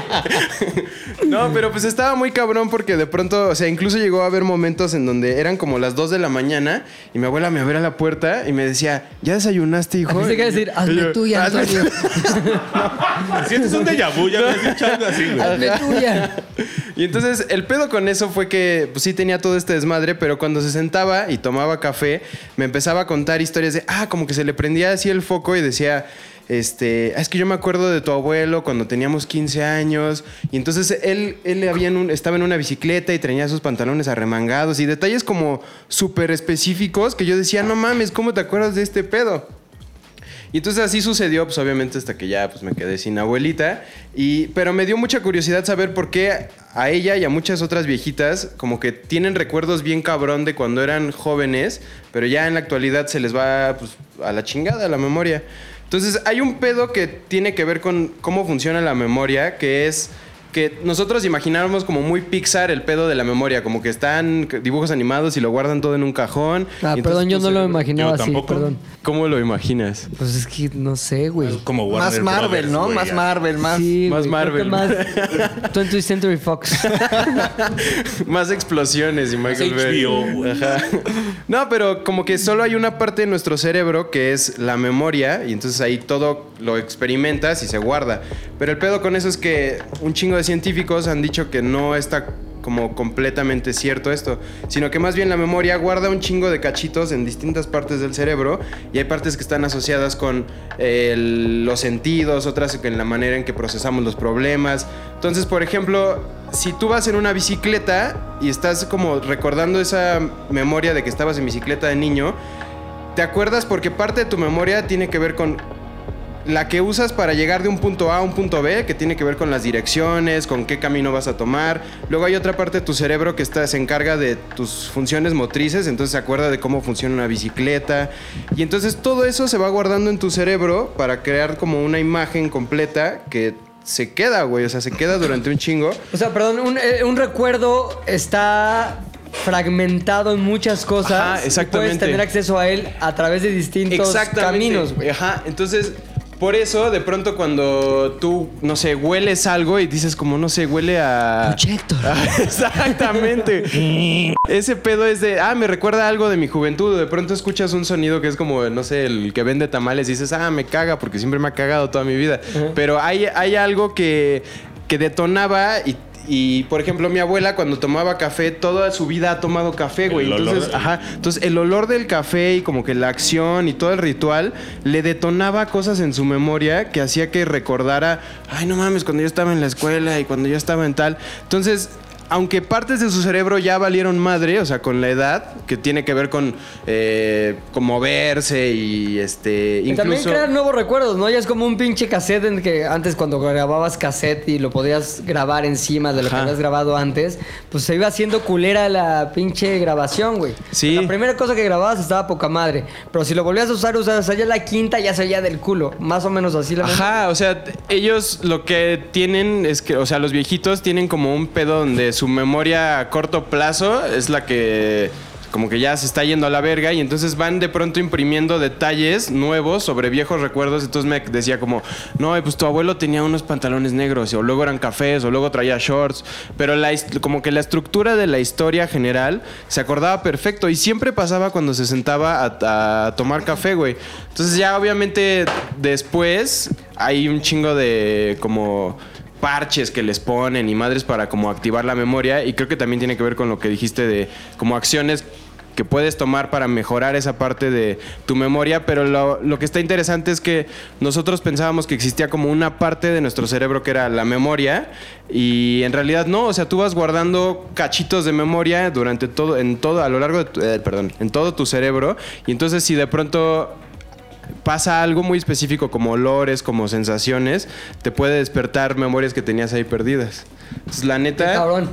no, pero pues estaba muy cabrón porque de pronto, o sea, incluso llegó a haber momentos en donde eran como las 2 de la mañana y mi abuela me abría la puerta y me decía, ¿ya desayunaste, hijo? Pensé que iba a decir, hazme Y yo, tuya, "Hazme Antonio. ¿Sientes un déjà déjà vu, ya habías dicho algo así, güey. pues, Ajá. Y entonces el pedo con eso fue que pues, sí tenía todo este desmadre, pero cuando se sentaba y tomaba café, me empezaba a contar historias de, ah, como que se le prendía así el foco y decía, este, "Ah, es que yo me acuerdo de tu abuelo cuando teníamos 15 años. Y entonces él, él había en un- estaba en una bicicleta y tenía sus pantalones arremangados y detalles como súper específicos que yo decía, no mames, ¿cómo te acuerdas de este pedo? Y entonces así sucedió, pues obviamente hasta que ya pues, me quedé sin abuelita. Y, pero me dio mucha curiosidad saber por qué a ella y a muchas otras viejitas como que tienen recuerdos bien cabrón de cuando eran jóvenes, pero ya en la actualidad se les va pues, a la chingada la memoria. Entonces hay un pedo que tiene que ver con cómo funciona la memoria, que es que nosotros imaginábamos como muy Pixar el pedo de la memoria, como que están dibujos animados y lo guardan todo en un cajón. Ah, Y entonces perdón, yo tu no lo cerebro- imaginaba así, perdón. ¿Cómo lo imaginas? Pues es que no sé, güey. Como Más Marvel, ¿no? más Marvel, más. Sí, Más güey, creo que Marvel. Más 20th Century Fox. Más explosiones y Michael Más Bay. HBO, güey. Ajá. No, pero como que solo hay una parte de nuestro cerebro que es la memoria y entonces ahí todo lo experimentas y se guarda. Pero el pedo con eso es que un chingo de científicos han dicho que no está como completamente cierto esto, sino que más bien la memoria guarda un chingo de cachitos en distintas partes del cerebro y hay partes que están asociadas con eh, el- los sentidos, otras con la manera en que procesamos los problemas. Entonces, por ejemplo, si tú vas en una bicicleta y estás como recordando esa memoria de que estabas en bicicleta de niño, te acuerdas porque parte de tu memoria tiene que ver con la que usas para llegar de un punto A a un punto B, que tiene que ver con las direcciones, con qué camino vas a tomar. Luego hay otra parte de tu cerebro que está, se encarga de tus funciones motrices, entonces se acuerda de cómo funciona una bicicleta. Y entonces todo eso se va guardando en tu cerebro para crear como una imagen completa que se queda, güey. O sea, se queda durante un chingo. O sea, perdón, un, eh, un recuerdo está fragmentado en muchas cosas. Ajá, y exactamente. Puedes tener acceso a él a través de distintos caminos, güey. Ajá, entonces, por eso, de pronto, cuando tú, no sé, hueles algo y dices, como, no sé, huele a. Proyecto. Exactamente. Ese pedo es de, ah, me recuerda algo de mi juventud. De pronto escuchas un sonido que es como, no sé, el que vende tamales y dices, ah, me caga porque siempre me ha cagado toda mi vida. Pero hay, hay algo que, que detonaba y. y, por ejemplo, mi abuela cuando tomaba café, toda su vida ha tomado café, güey. El olor Entonces, de- ajá. Entonces, el olor del café y como que la acción y todo el ritual le detonaba cosas en su memoria que hacía que recordara, ay, no mames, cuando yo estaba en la escuela y cuando yo estaba en tal. Entonces, aunque partes de su cerebro ya valieron madre, o sea, con la edad, que tiene que ver con eh, conmoverse y este. Y también incluso- crear nuevos recuerdos, ¿no? Ya es como un pinche cassette en que antes cuando grababas cassette y lo podías grabar encima de lo que Ajá. habías grabado antes, pues se iba haciendo culera la pinche grabación, güey. Sí. La primera cosa que grababas estaba poca madre, pero si lo volvías a usar, usabas allá la quinta ya se oía del culo, más o menos así la Ajá, o sea, t- ellos lo que tienen es que, o sea, los viejitos tienen como un pedo donde su memoria a corto plazo es la que como que ya se está yendo a la verga y entonces van de pronto imprimiendo detalles nuevos sobre viejos recuerdos. Entonces me decía como, no, eh, pues tu abuelo tenía unos pantalones negros o luego eran cafés o luego traía shorts. Pero la, his- como que la estructura de la historia general se acordaba perfecto y siempre pasaba cuando se sentaba a, a tomar café, güey. Entonces ya obviamente después hay un chingo de como parches que les ponen y madres para como activar la memoria y creo que también tiene que ver con lo que dijiste de como acciones que puedes tomar para mejorar esa parte de tu memoria, pero lo, lo que está interesante es que nosotros pensábamos que existía como una parte de nuestro cerebro que era la memoria y en realidad no, o sea, tú vas guardando cachitos de memoria durante todo, en todo, a lo largo de, tu- eh, perdón, en todo tu cerebro y entonces si de pronto pasa algo muy específico como olores, como sensaciones, te puede despertar memorias que tenías ahí perdidas. Entonces, la neta... Cabrón.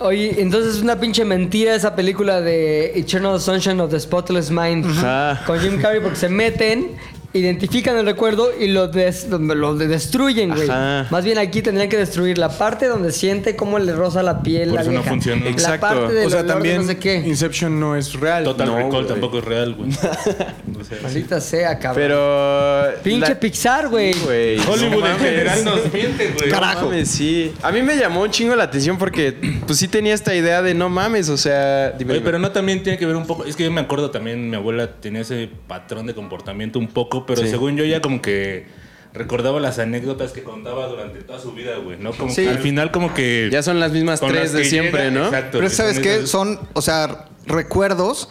Oye, entonces es una pinche mentira esa película de Eternal Sunshine of the Spotless Mind Ajá. con Jim Carrey porque se meten, identifican el recuerdo y lo, des- lo de- destruyen, güey. Ajá. Más bien aquí tendrían que destruir la parte donde siente cómo le roza la piel Por la eso no vieja. funciona. La Exacto. parte del O sea, olor de también no sé qué. Inception no es real. Total No, Recall güey. tampoco es real, güey. O sea, Maldita sea, cabrón. Pero... pinche la- Pixar, güey. Güey, Hollywood no en mames. general nos miente, güey. No mames, sí. A mí me llamó un chingo la atención porque pues sí tenía esta idea de no mames, o sea, dime, Oye, dime. pero no también tiene que ver un poco. Es que yo me acuerdo también, mi abuela tenía ese patrón de comportamiento un poco, pero Sí. según yo ya como que recordaba las anécdotas que contaba durante toda su vida, güey, ¿no? Como Sí. que al final como que... Ya son las mismas con tres las de que siempre, llega, ¿no? Exacto. Pero que ¿sabes son qué? esas- Son, o sea, recuerdos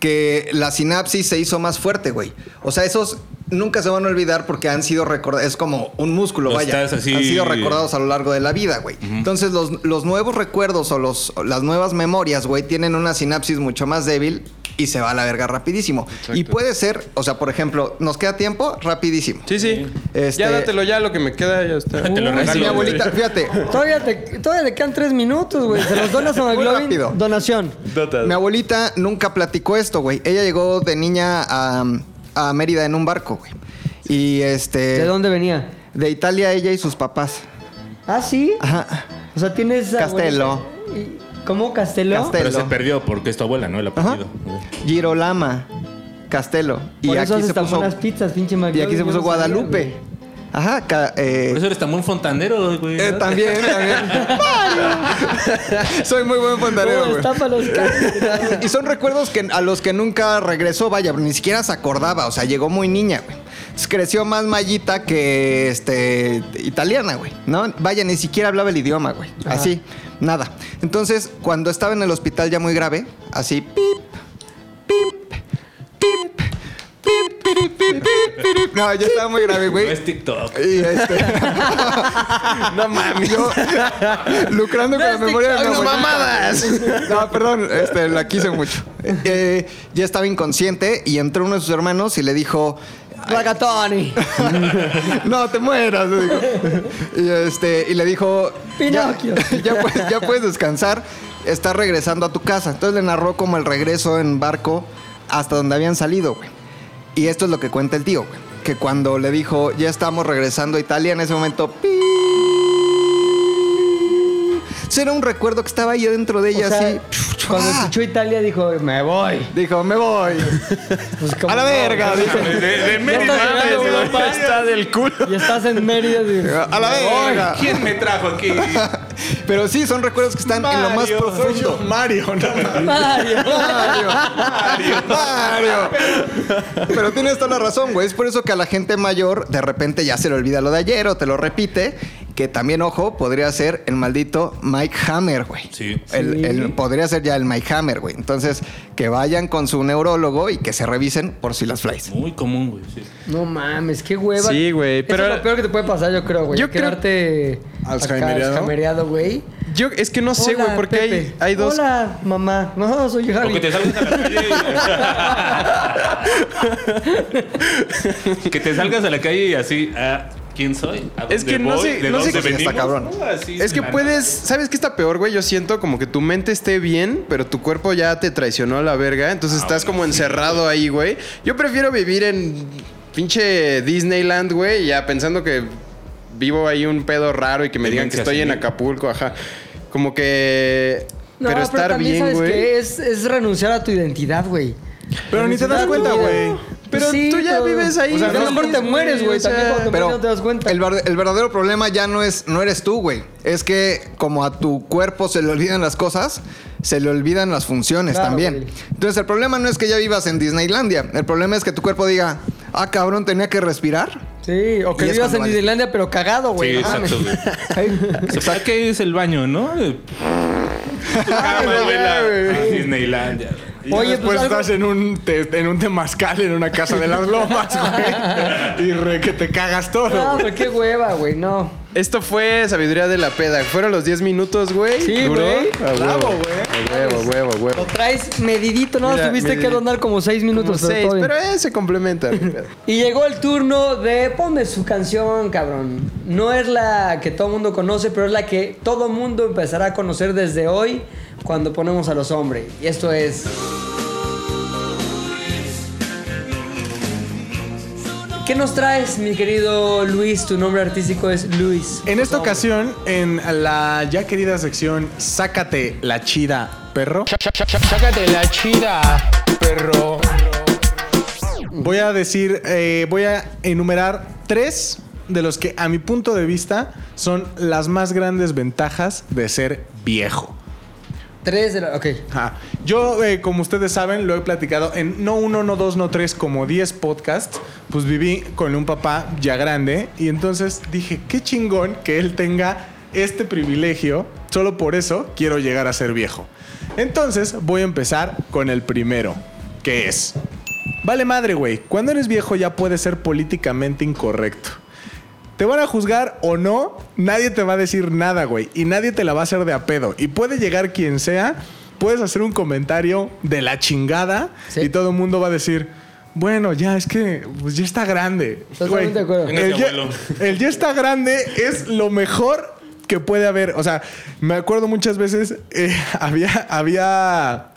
que la sinapsis se hizo más fuerte, güey. O sea, esos nunca se van a olvidar porque han sido recordados. Es como un músculo, Los vaya. estás así- Han sido recordados a lo largo de la vida, güey. Entonces, los, los nuevos recuerdos o los, o las nuevas memorias, güey, tienen una sinapsis mucho más débil y se va a la verga rapidísimo. Y puede ser, o sea, por ejemplo, ¿nos queda tiempo? Rapidísimo. Sí, sí. Este- Ya dátelo ya, lo que me queda ya está. Te lo Así regalo, mi abuelita, güey. fíjate. Todavía, te- todavía le quedan tres minutos, güey. Se los donas a rápido. McLovin. Donación. Mi abuelita nunca platicó esto, güey. Ella llegó de niña a, a Mérida en un barco, güey. Y este. ¿De dónde venía? De Italia ella y sus papás. Ah, sí. Ajá. O sea, tienes. Castelo. abuelita- ¿Cómo Castelo? Pero se Castelo. perdió porque es tu abuela, ¿no? La perdido. Girolama. Castelo. Y Por eso aquí haces se tan puso. buenas pizzas, pinche McLovin. Y aquí se yo puso no sabía, Guadalupe. güey. Ajá. ca- eh, Por eso eres tan buen fontanero, güey. eh, ¿no? también, también. Soy muy buen fontanero, Oh, güey. destapa los cables. y son recuerdos que, a los que nunca regresó, vaya, ni siquiera se acordaba, o sea, llegó muy niña, güey. Entonces, Creció más mallita que este italiana, güey. No, vaya, ni siquiera hablaba el idioma, güey. Así, nada. Entonces, cuando estaba en el hospital ya muy grave, así, pip, pip, pip, pip, pip, pip, pip, pip. No, ya estaba muy grave, No güey. es TikTok. Y este. no mames. Yo, lucrando con la memoria de mi ¡Unas abuelita. mamadas! No, perdón, este, la quise mucho. Eh, ya estaba inconsciente y entró uno de sus hermanos y le dijo. Ragatoni. No, te mueras. le dijo. Y, este, y le dijo. Pinocchio. Ya, ya puedes, ya puedes descansar. Estás regresando a tu casa. Entonces le narró como el regreso en barco hasta donde habían salido, güey. Y esto es lo que cuenta el tío, güey. Que cuando le dijo, ya estamos regresando a Italia, en ese momento. pi. Eso era un recuerdo que estaba ahí dentro de O ella, sea, así. Cuando ¡Ah! escuchó Italia dijo, me voy. Dijo, me voy. Pues, ¿cómo A la no? verga, dijo. De, de Mérida, Ya está güey. llegando Europa. Está del culo. Y estás en Mérida. digo, A la verga. ¿Quién me trajo aquí? Pero sí, son recuerdos que están en lo más Mario, soy yo, profundo. Mario, no mames. Mario. Mario, Mario, Pero tienes toda la razón, güey. Es por eso que a la gente mayor de repente ya se le olvida lo de ayer o te lo repite. Que también, ojo, podría ser el maldito Mike Hammer, güey. Sí. El- Sí. el- podría ser ya el Mike Hammer, güey. Entonces, que vayan con su neurólogo y que se revisen por si las flies. Muy común, güey. Sí. No mames, qué hueva. Sí, güey, Eso pero- es lo peor que te puede pasar, yo creo, güey. Yo creo- Quedarte acá Alzheimeriado. alzheimeriado, güey. Yo, es que no sé, Hola, güey, porque hay, Pepe. hay dos. Hola, mamá. No, soy O que Javi. te salgas a la calle. que te salgas a la calle y así, ah, ¿quién soy? ¿A Es dónde que no voy? sé- ¿De no dónde sé qué- venimos? Está cabrón. No, así, Es que la- puedes, ¿sabes qué está peor, güey? Yo siento como que tu mente esté bien, pero tu cuerpo ya te traicionó a la verga, entonces estás como encerrado ahí, güey. Yo prefiero vivir en pinche Disneyland, güey, ya pensando que vivo ahí un pedo raro y que me digan que Tendencias, estoy en ¿no? Acapulco, ajá. Como que No, pero estar también bien, sabes güey. que es, es renunciar a tu identidad, güey. Pero ni te das Renunciar a tu cuenta, vida. güey. Pero Sí, tú ya pero- vives ahí. O sea, a lo feliz, mejor te mueres, güey. o sea, También cuando te Pero mueres no te das cuenta. El, ver- el verdadero problema ya no es no eres tú, güey. Es que como a tu cuerpo se le olvidan las cosas, se le olvidan las funciones Claro, también. güey. Entonces el problema no es que ya vivas en Disneylandia. El problema es que tu cuerpo diga, ah, cabrón, tenía que respirar. Sí, o que Y es vivas en cuando vale. Disneylandia, pero cagado, Sí, güey. no mames. exacto, güey. Exacto. que es el baño, ¿no? Cama, abuela. a Disneylandia. Y Oye, después pues, algo- estás en un, te- en un temazcal en una casa de las lomas, güey. Y re que te cagas todo. No, pero qué hueva, Ah, güey. No. Esto fue sabiduría de la peda. Fueron los 10 minutos, güey. Sí, Duró. güey. A huevo, Bravo, güey. güey. A huevo, huevo, huevo. Lo traes medidito, ¿no? Mira, Tuviste que medidito. donar como seis minutos. Como pero seis, todo bien. pero eh, se complementa. mi pedo. Y llegó el turno de ponme su canción, cabrón. No es la que todo mundo conoce, pero es la que todo mundo empezará a conocer desde hoy cuando ponemos a los hombres. Y esto es. ¿Qué nos traes, mi querido Luis? Tu nombre artístico es Luis. En esta Los Hombres. ocasión, en la ya querida sección Sácate la chida, perro. Sácate la chida, perro. Voy a decir, eh, voy a enumerar tres de los que a mi punto de vista son las más grandes ventajas de ser viejo. Tres de la. Ok. Ajá. Yo, eh, como ustedes saben, lo he platicado en no uno, no dos, no tres, como diez podcasts. Pues viví con un papá ya grande y entonces dije, qué chingón que él tenga este privilegio. Solo por eso quiero llegar a ser viejo. Entonces voy a empezar con el primero, que es... Vale madre, güey. Cuando eres viejo ya puedes ser políticamente incorrecto. Te van a juzgar o no, nadie te va a decir nada, güey. Y nadie te la va a hacer de a pedo. Y puede llegar quien sea, puedes hacer un comentario de la chingada y todo el mundo va a decir, bueno, ya es que pues, ya está grande. Totalmente Güey, de acuerdo. Venga, El este ya, abuelo. el ya está grande es lo mejor que puede haber. O sea, me acuerdo muchas veces, eh, había, había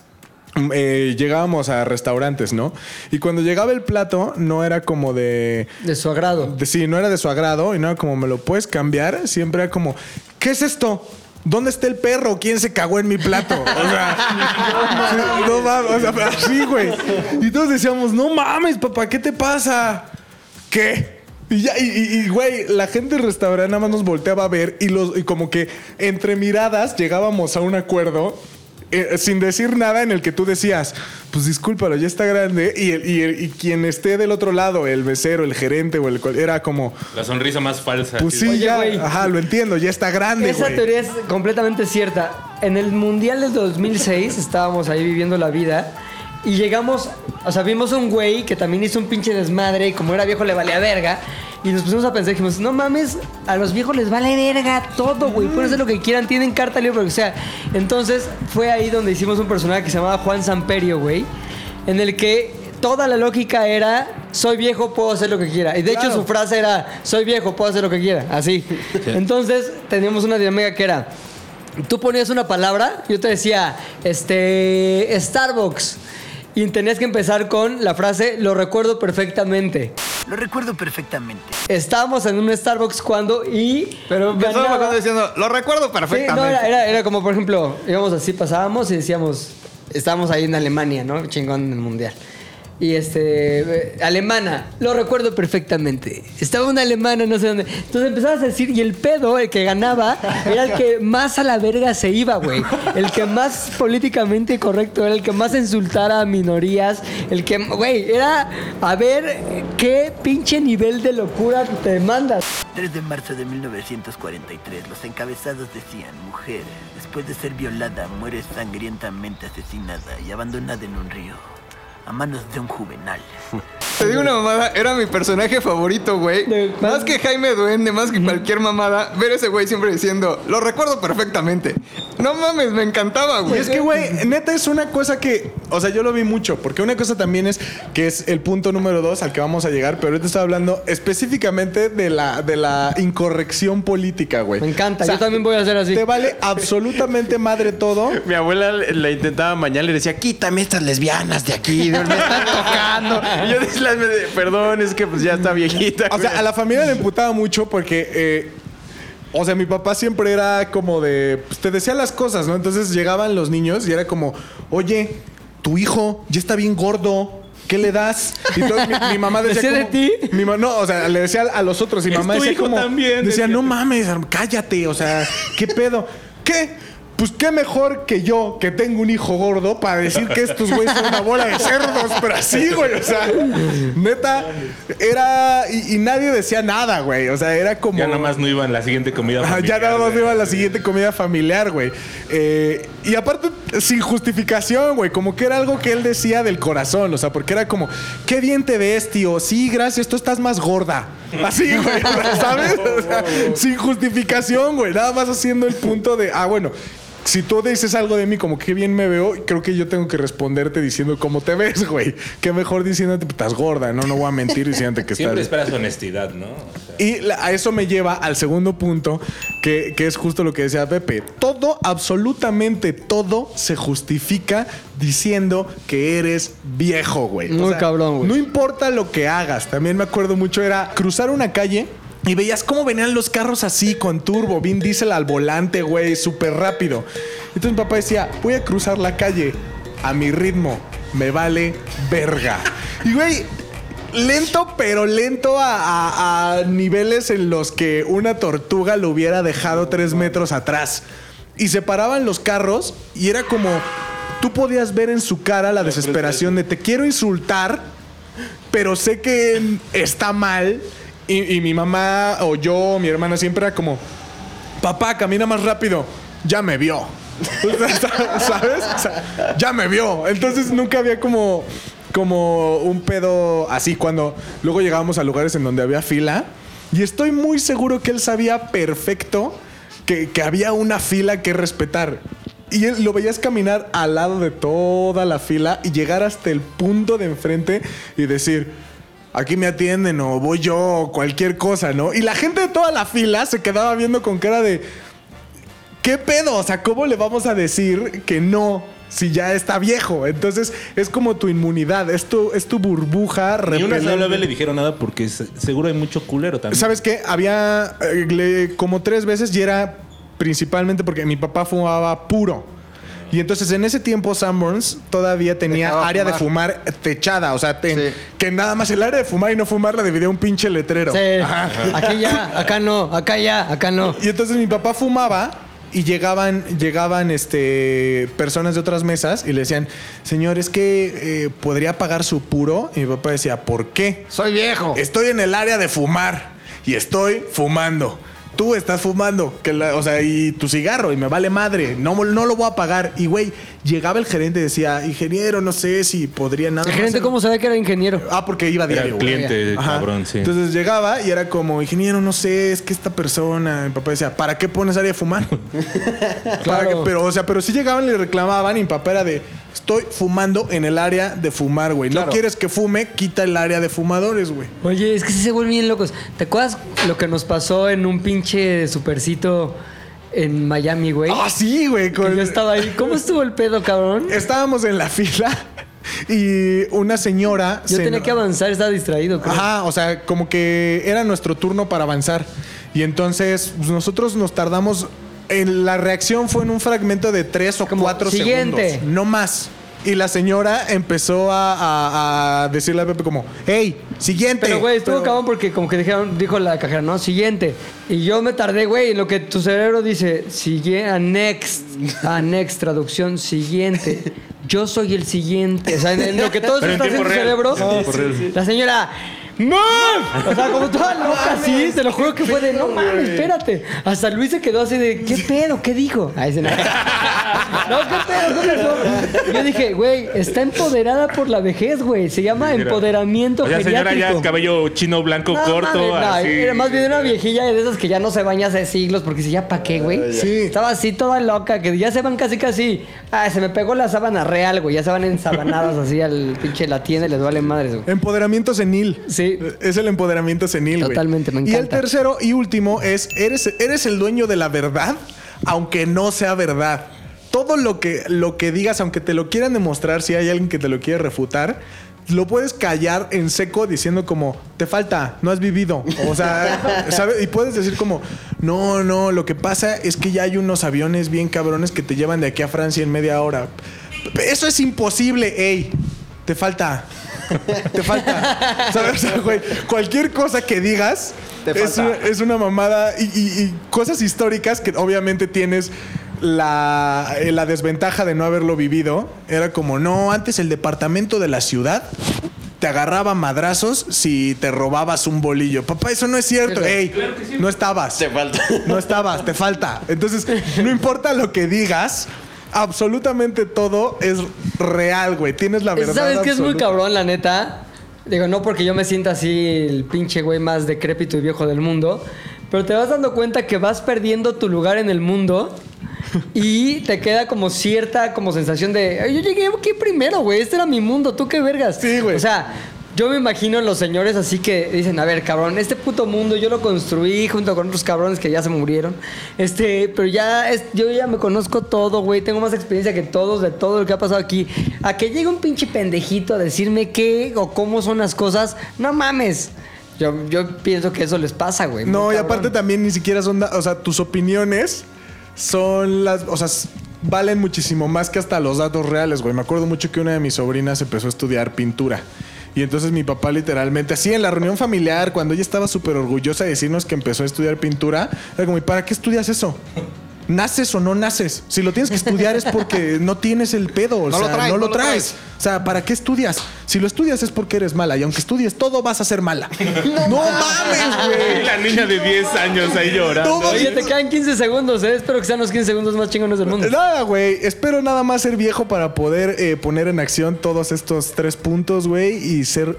mm, eh, llegábamos a restaurantes, ¿no? Y cuando llegaba el plato, no era como de. De su agrado. sí, no era de su agrado y no era como me lo puedes cambiar. Siempre era como, ¿qué es esto? ¿Dónde está el perro? ¿Quién se cagó en mi plato? O sea, sí, no mames, o sea, pero así, güey. Y todos decíamos, no mames, papá, ¿qué te pasa? ¿Qué? Y ya, y, y- y, güey, la gente del restaurante nada más nos volteaba a ver y, los, y como que entre miradas llegábamos a un acuerdo eh, sin decir nada en el que tú decías, pues discúlpalo, ya está grande. Y, el- y el- y quien esté del otro lado, el mesero, el gerente o el... cual- Era como, La sonrisa más falsa. pues sí, Oye, ya, güey. ajá, lo entiendo, ya está grande, Esa güey. teoría es completamente cierta. En el Mundial del 2006 estábamos ahí viviendo la vida y llegamos, o sea, vimos un güey que también hizo un pinche desmadre y como era viejo le valía verga. Y nos pusimos a pensar, dijimos, no mames, a los viejos les vale verga todo, Mm. güey. Pueden hacer lo que quieran, tienen carta libre, lo que sea. Entonces fue ahí donde hicimos un personaje que se llamaba Juan Samperio, güey. En el que toda la lógica era, soy viejo, puedo hacer lo que quiera. Y de hecho Claro. su frase era, soy viejo, puedo hacer lo que quiera. Así. Entonces teníamos una dinámica que era, tú ponías una palabra, yo te decía, este, Starbucks. Y tenías que empezar con la frase, lo recuerdo perfectamente. Lo recuerdo perfectamente. Estábamos en un Starbucks cuando y... Pero Empezó Facundo diciendo, lo recuerdo perfectamente. Sí, no, era, era- era como, por ejemplo, íbamos así, pasábamos y decíamos, estábamos ahí en Alemania, ¿no? Chingón en el mundial. Y este, eh, alemana, lo recuerdo perfectamente. Estaba una alemana, no sé dónde. Entonces empezabas a decir, y el pedo, el que ganaba, era el que más a la verga se iba, güey. El que más políticamente correcto era, el que más insultara a minorías, el que, güey, era a ver qué pinche nivel de locura te mandas. 3 de marzo de 1943, los encabezados decían, mujer, después de ser violada, muere sangrientamente asesinada y abandonada en un río, a manos de un juvenal. Te digo una mamada, era mi personaje favorito, güey. Más que Jaime Duende, más que cualquier mamada, ver ese güey siempre diciendo, lo recuerdo perfectamente. No mames, me encantaba, Y güey. es que, güey, neta es una cosa que, o sea, yo lo vi mucho, porque una cosa también es que es el punto número dos al que vamos a llegar, pero ahorita estaba hablando específicamente de la, de la incorrección política, güey. Me encanta, yo también voy a hacer así. Te vale absolutamente madre todo. Mi abuela la intentaba mañana le decía, quítame estas lesbianas de aquí, me están tocando. Y yo decía, perdón, es que pues ya está viejita. O sea, a la familia le emputaba mucho porque. eh, o sea, mi papá siempre era como de. pues, te decía las cosas, ¿no? Entonces llegaban los niños y era como, oye, tu hijo ya está bien gordo. ¿Qué le das? Y todo- mi, mi mamá decía. ¿Decía de como- Mi ma- no, o sea, le decía a los otros. Y mi Es mamá tu decía hijo como. también, decía, decía. no mames, cállate. O sea, ¿qué pedo? ¿Qué? Pues qué mejor que yo, que tengo un hijo gordo, para decir que estos güeyes son una bola de cerdos, pero así, güey. O sea, neta, era. Y, y nadie decía nada, güey. O sea, era como. Ya nada más no iban la siguiente comida. Ah, ya familiar, nada más güey. iba a la siguiente comida familiar, güey. Eh, y aparte, sin justificación, güey. Como que era algo que él decía del corazón. O sea, porque era como, qué bien te ves, tío. Sí, gracias, tú estás más gorda. Así, güey. o sea, ¿Sabes? O sea, sin justificación, güey. Nada más haciendo el punto de, ah, bueno. Si tú dices algo de mí como qué bien me veo, creo que yo tengo que responderte diciendo cómo te ves, güey. Qué mejor diciéndote, "Pues, estás gorda, no, no voy a mentir diciéndote que Siempre estás. esperas honestidad, ¿no? Y la- a eso me lleva al segundo punto, que, que es justo lo que decía Pepe. Todo, absolutamente todo, se justifica diciendo que eres viejo, güey. Muy cabrón, güey. No importa lo que hagas. También me acuerdo mucho, era cruzar una calle. Y veías cómo venían los carros así, con turbo, Vin Diesel al volante, güey, súper rápido. Entonces mi papá decía, voy a cruzar la calle a mi ritmo, me vale verga. Y güey, Lento, pero lento a, a- a niveles en los que una tortuga lo hubiera dejado tres metros atrás. Y se paraban los carros y era como. Tú podías ver en su cara la desesperación de te quiero insultar, pero sé que está mal. Y, y mi mamá o yo, o mi hermana, siempre era como: Papá, camina más rápido. Ya me vio. ¿Sabes? O sea, ya me vio. Entonces nunca había como, como un pedo así cuando luego llegábamos a lugares en donde había fila. Y estoy muy seguro que él sabía perfecto que, que había una fila que respetar. Y él lo veías caminar al lado de toda la fila y llegar hasta el punto de enfrente y decir, aquí me atienden o voy yo o cualquier cosa, ¿no? Y la gente de toda la fila se quedaba viendo con cara de, ¿qué pedo? O sea, ¿cómo le vamos a decir que no? Si ya está viejo. Entonces, es como tu inmunidad, es tu, es tu burbuja Ni una sola repelente. vez le dijeron nada porque se- seguro hay mucho culero también. ¿Sabes qué? Había eh, le- como tres veces y era principalmente porque mi papá fumaba puro. Y entonces en ese tiempo Sanborns todavía tenía área de fumar techada. O sea, te- que nada más el área de fumar y no fumar la dividía un pinche letrero. Sí. Ajá. Aquí ya, acá no, acá ya, acá no. Y entonces mi papá fumaba y llegaban, llegaban este, personas de otras mesas y le decían, señor, es que eh, podría pagar su puro. Y mi papá decía, ¿por qué? Soy viejo. Estoy en el área de fumar y estoy fumando. Tú estás fumando, que la- o sea, y tu cigarro, y me vale madre, no, no lo voy a pagar. Y güey, llegaba el gerente y decía, ingeniero, no sé si podría nada. El gerente, ¿cómo sabía que era ingeniero? Ah, porque iba a Era diario. el güey. cliente, Ajá. cabrón, sí. Entonces llegaba y era como, ingeniero, no sé, es que esta persona. Mi papá decía, ¿para qué pones área de fumar? Para que- pero, o sea, pero sí llegaban y le reclamaban y mi papá era de, estoy fumando en el área de fumar, güey. No quieres que fume, quita el área de fumadores, güey. Oye, es que sí se vuelven bien locos. ¿Te acuerdas lo que nos pasó en un pinche supercito en Miami, güey? Ah, sí, güey. Que Yo estaba ahí. ¿Cómo estuvo el pedo, cabrón? Estábamos en la fila y una señora... Yo tenía que avanzar, estaba distraído. creo. Ajá, o sea, como que era nuestro turno para avanzar. Y entonces pues, nosotros nos tardamos. En la reacción fue en un fragmento de tres o cuatro "Siguiente". segundos. No más. Y la señora empezó a, a- a decirle a Pepe como, hey, siguiente. Pero, güey, estuvo cabrón porque como que dijeron, dijo la cajera, no, siguiente. Y yo me tardé, güey, en lo que tu cerebro dice, sigue a next, a next, traducción, siguiente. Yo soy el siguiente. O sea, en, en lo que todo eso Pero en está haciendo tu tiempo cerebro, real, en tiempo real. la señora... ¡No! O sea, como toda loca, sí, te lo juro que fue de no mames, espérate. Hasta Luis se quedó así de ¿qué pedo? ¿Qué dijo? Ahí se No, ¿qué pedo? ¿Qué pasó? Yo dije, güey, está empoderada por la vejez, güey. Se llama Mira. empoderamiento O sea, señora ya geriátrico. cabello chino blanco No, corto, mames, no, así. era más bien una viejilla de esas que ya no se baña hace siglos porque si Ah, ya pa' qué, güey. Sí. Estaba así toda loca, que ya se van casi casi. Ah, se me pegó la sábana real, güey. Ya se van ensabanadas así al pinche la tienda y les vale madres, güey. Empoderamiento senil. Sí. Es el empoderamiento senil. güey. Totalmente, me Y el encanta. tercero y último es, eres, eres el dueño de la verdad, aunque no sea verdad. Todo lo que, lo que digas, aunque te lo quieran demostrar, si hay alguien que te lo quiere refutar, lo puedes callar en seco diciendo como, te falta, no has vivido. O sea, ¿sabes? Y puedes decir como, no, no, lo que pasa es que ya hay unos aviones bien cabrones que te llevan de aquí a Francia en media hora. Eso es imposible, ey. Te falta. Te falta. ¿Sabes? O sea, güey, cualquier cosa que digas Te es una, falta. es una mamada y, y- y cosas históricas que obviamente tienes la, eh, la desventaja de no haberlo vivido. Era como, no, antes el departamento de la ciudad te agarraba madrazos si te robabas un bolillo. Papá, eso no es cierto. Ey, no estabas. Te falta. No estabas, te falta. Entonces, no importa lo que digas. Absolutamente todo es real, güey. Tienes la verdad. ¿Sabes qué es muy absoluta. cabrón, la neta? Digo, no porque yo me sienta así el pinche güey más decrépito y viejo del mundo, pero te vas dando cuenta que vas perdiendo tu lugar en el mundo y te queda como cierta como sensación de, "Ay, yo llegué aquí primero, güey, este era mi mundo, tú qué vergas. Sí, güey. O sea, yo me imagino los señores así que dicen, a ver, cabrón, este puto mundo yo lo construí junto con otros cabrones que ya se murieron. Este, pero ya es- yo ya me conozco todo, güey, tengo más experiencia que todos de todo lo que ha pasado aquí. A que llegue un pinche pendejito a decirme qué o cómo son las cosas, no mames. Yo, yo pienso que eso les pasa, güey. muy No, y cabrón. aparte también ni siquiera son, da- o sea, tus opiniones son las, o sea, s- valen muchísimo más que hasta los datos reales, güey. Me acuerdo mucho que una de mis sobrinas empezó a estudiar pintura. Y entonces mi papá literalmente, así en la reunión familiar, cuando ella estaba súper orgullosa de decirnos que empezó a estudiar pintura, era como, ¿y para qué estudias eso? naces o no naces. Si lo tienes que estudiar es porque no tienes el pedo. O No sea, lo traes, no no lo lo traes. O sea, ¿para qué estudias? Si lo estudias es porque eres mala. Y aunque estudies todo, vas a ser mala. No mames, güey. La niña de 10 años ahí llorando. Oye, te quedan 15 segundos, ¿eh? Espero que sean los 15 segundos más chingones del mundo. Nada, güey. Espero nada más ser viejo para poder eh, poner en acción todos estos tres puntos, güey, y ser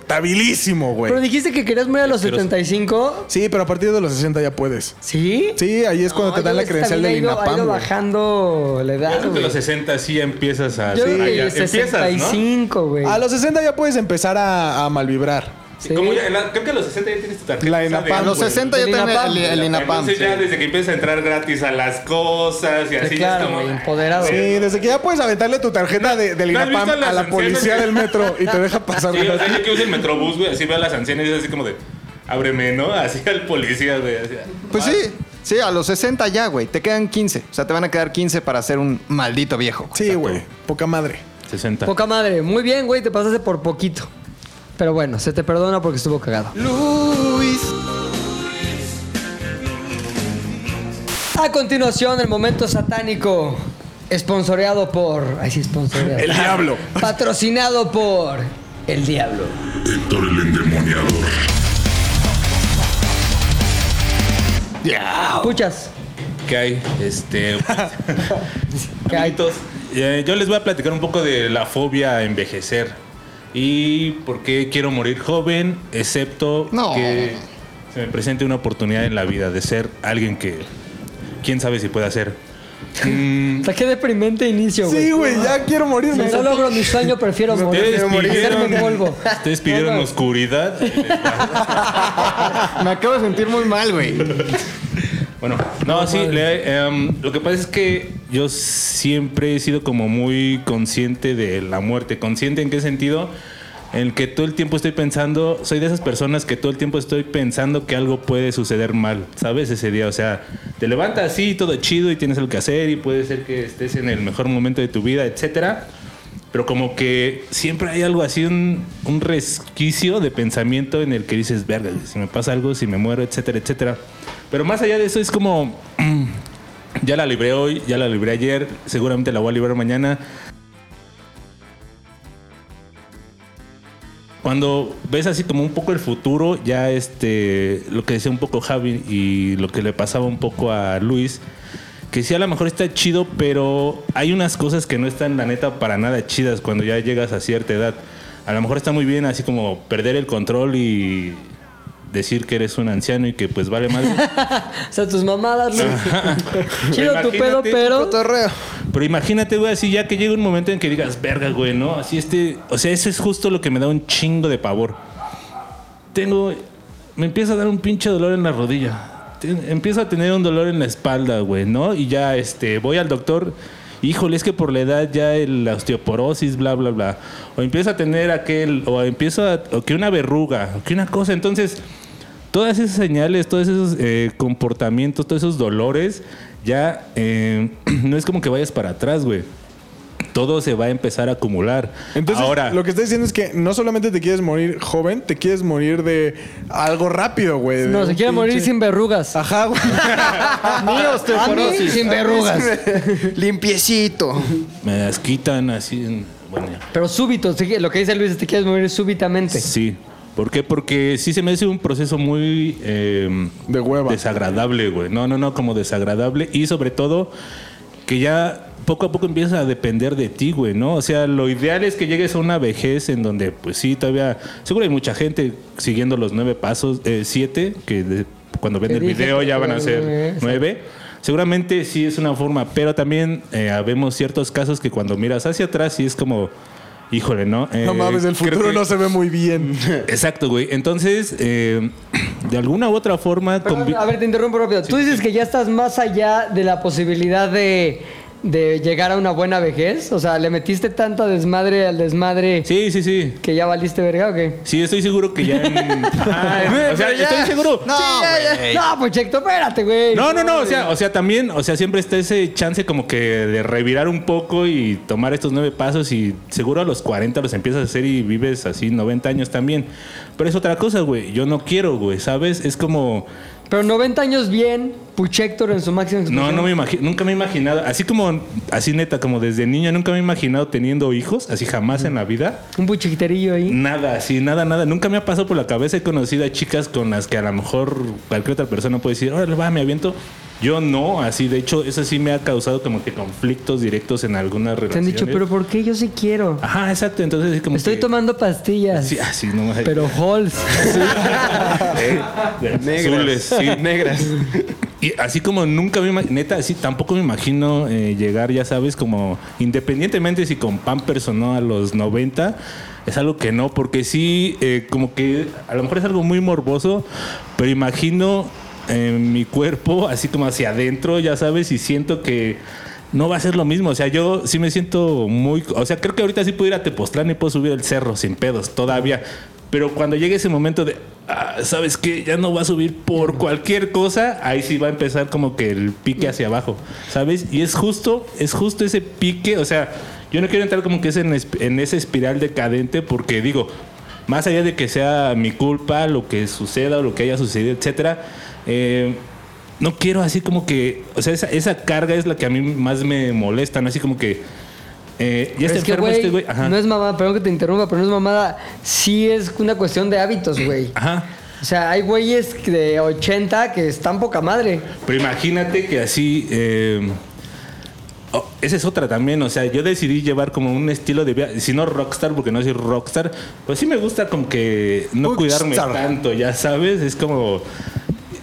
insoportabilísimo, güey. Pero dijiste que querías morir a los 75. Sí, pero a partir de los 60 ya puedes. ¿Sí? Sí, ahí es cuando te dan la credencial del Ha INAPAM, güey. ido bajando la edad, De güey. los 60 sí ya empiezas a... Yo creo a- que Ah, ya- empiezas, ¿no? 65, güey. A los 60 ya puedes empezar a, a malvibrar. Como ya- la- creo que a los 60 ya tienes tu tarjeta. La INAPAM, de- los güey. 60 ya El tiene INAPAM. el- el INAPAM, Entonces ya sí. desde que empiezas a entrar gratis a las cosas y así ya claro, es como... güey, empoderado. Sí, desde que ya puedes aventarle tu tarjeta de, del ¿no has INAPAM visto las a la ancianas policía que- del metro y te deja pasar. Sí, o sea, yo que uso el metrobús, güey, así veo a las ancianas y es así como de... Ábreme, ¿no? Así al policía, güey. así. Pues sí, sí, a los 60 ya, güey. Te quedan 15. O sea, te van a quedar 15 para ser un maldito viejo. Sí, güey. Poca madre. 60. Poca madre. Muy bien, güey, te pasaste por poquito. Pero bueno, se te perdona porque estuvo cagado. Luis. A continuación, el momento satánico. Esponsoreado por. Ay, sí, esponsoreado. El diablo. Patrocinado por. El diablo. Héctor el endemoniador. Escuchas. ¿Qué hay? Este. Amiguitos, eh, yo les voy a platicar un poco de la fobia a envejecer. Y por qué quiero morir joven, excepto No. que se me presente una oportunidad en la vida de ser alguien que. Quién sabe si pueda ser. Mm, O sea, qué deprimente inicio, güey. Sí, güey, ya quiero morirme. Si no logro mi sueño, prefiero morir. ustedes Hacerme pidieron, polvo. ustedes pidieron oscuridad. Me acabo de sentir muy mal, güey. Bueno, no, sí, le- em, lo que pasa es que yo siempre he sido como muy consciente de la muerte. ¿Consciente en qué sentido? En el que todo el tiempo estoy pensando, soy de esas personas que todo el tiempo estoy pensando que algo puede suceder mal, ¿sabes? Ese día, o sea, te levantas así, todo chido y tienes algo que hacer y puede ser que estés en el mejor momento de tu vida, etcétera. Pero como que siempre hay algo así, un, un resquicio de pensamiento en el que dices, verga, si me pasa algo, si me muero, etcétera, etcétera. Pero más allá de eso es como, mm, ya la libré hoy, ya la libré ayer, seguramente la voy a librar mañana. Cuando ves así como un poco el futuro, ya este, lo que decía un poco Javi y lo que le pasaba un poco a Luis, que sí a lo mejor está chido, pero hay unas cosas que no están la neta para nada chidas cuando ya llegas a cierta edad. A lo mejor está muy bien así como perder el control y decir que eres un anciano y que pues vale más. O sea, tus mamadas, Luis. Chido tu Imagínate. pedo, pero. Pero imagínate, güey, así ya que llega un momento en que digas, verga, güey, ¿no? Así este. O sea, eso es justo lo que me da un chingo de pavor. Tengo. Me empieza a dar un pinche dolor en la rodilla. Te- empiezo a tener un dolor en la espalda, güey, ¿no? Y ya, este, voy al doctor. Híjole, es que por la edad ya el- la osteoporosis, bla, bla, bla. O empiezo a tener aquel, o empiezo a, o que una verruga, o que una cosa. Entonces, todas esas señales, todos esos eh, comportamientos, todos esos dolores, ya eh, no es como que vayas para atrás, güey. Todo se va a empezar a acumular. Entonces, Ahora, lo que está diciendo es que no solamente te quieres morir joven, te quieres morir de algo rápido, güey. de No, se un quiere morir pinche- sin verrugas. Ajá, güey. Ni osteoporosis. A mí, sin verrugas. Limpiecito. me las quitan así. en- Bueno, ya. Pero súbito, sí, lo que dice Luis es te quieres morir súbitamente. Sí. ¿Por qué? Porque sí se me hace un proceso muy... eh, De hueva. Desagradable, güey. No, no, no, como desagradable. Y sobre todo que ya poco a poco empiezas a depender de ti, güey, ¿no? O sea, lo ideal es que llegues a una vejez en donde, pues sí, todavía... Seguro hay mucha gente siguiendo los nueve pasos, eh, siete, que de- cuando ven Te el dije video que ya van a eran ser nueve, nueve. Seguramente sí es una forma, pero también eh, habemos ciertos casos que cuando miras hacia atrás sí es como... Híjole, ¿no? No Eh, mames, el creo futuro que- no se ve muy bien. Exacto, güey. Entonces, eh, de alguna u otra forma... Perdón, convi- a ver, te interrumpo rápido. Tú dices que ya estás más allá de la posibilidad de, de llegar a una buena vejez. O sea, le metiste tanta desmadre al desmadre. Sí, sí, sí. ¿Que ya valiste verga o qué? Sí, estoy seguro que ya... en- Ah, o sea, estoy seguro. No, güey. no pues Checto, espérate, güey. No, no, no, o sea, o sea, también, o sea, siempre está ese chance como que de revirar un poco y tomar estos nueve pasos y seguro a los 40 los empiezas a hacer y vives así 90 años también. Pero es otra cosa, güey, yo no quiero, güey, ¿sabes? Es como Pero 90 años bien, Puchector en su máximo Pues No, no me imagino, nunca me he imaginado, así como, así neta, como desde niño, nunca me he imaginado teniendo hijos, así jamás en la vida. Un puchecterillo ahí. Nada, así, nada, nada. Nunca me ha pasado por la cabeza. He conocido a chicas con las que a lo mejor cualquier otra persona puede decir, órale, va, me aviento. Yo no, así, de hecho, eso sí me ha causado como que conflictos directos en algunas Te han relaciones. dicho, pero ¿por qué yo sí quiero? Ajá, exacto. Entonces, así como Estoy que- tomando pastillas. Ah, Sí, así, no eh, más. Pero Halls. Negras. Negras. Y así como nunca me imagino, neta, así tampoco me imagino eh, llegar, ya sabes, como independientemente si con Pampers o no a los 90, es algo que no, porque sí, eh, como que a lo mejor es algo muy morboso, pero imagino eh, mi cuerpo así como hacia adentro, ya sabes, y siento que no va a ser lo mismo. O sea, yo sí me siento muy. O sea, creo que ahorita sí pudiera ir a Tepoztlán y puedo subir el cerro sin pedos todavía. Pero cuando llegue ese momento de, ah, ¿sabes qué? Ya no va a subir por cualquier cosa, ahí sí va a empezar como que el pique hacia abajo, ¿sabes? Y es justo, es justo ese pique, o sea, yo no quiero entrar como que es en, esp- en esa espiral decadente porque digo, más allá de que sea mi culpa, lo que suceda o lo que haya sucedido, etcétera, eh, no quiero así como que, o sea, esa, esa carga es la que a mí más me molesta, ¿no? Así como que eh, ya está es que, enfermo güey, este güey. Ajá. no es mamada, perdón que te interrumpa, pero no es mamada. Sí es una cuestión de hábitos, güey. Ajá. O sea, hay güeyes de 80 que están poca madre. Pero imagínate que así. eh, oh, esa es otra también. O sea, yo decidí llevar como un estilo de vida. Si no rockstar, porque no soy rockstar, pues sí me gusta como que no cuidarme tanto, ya sabes. Es como.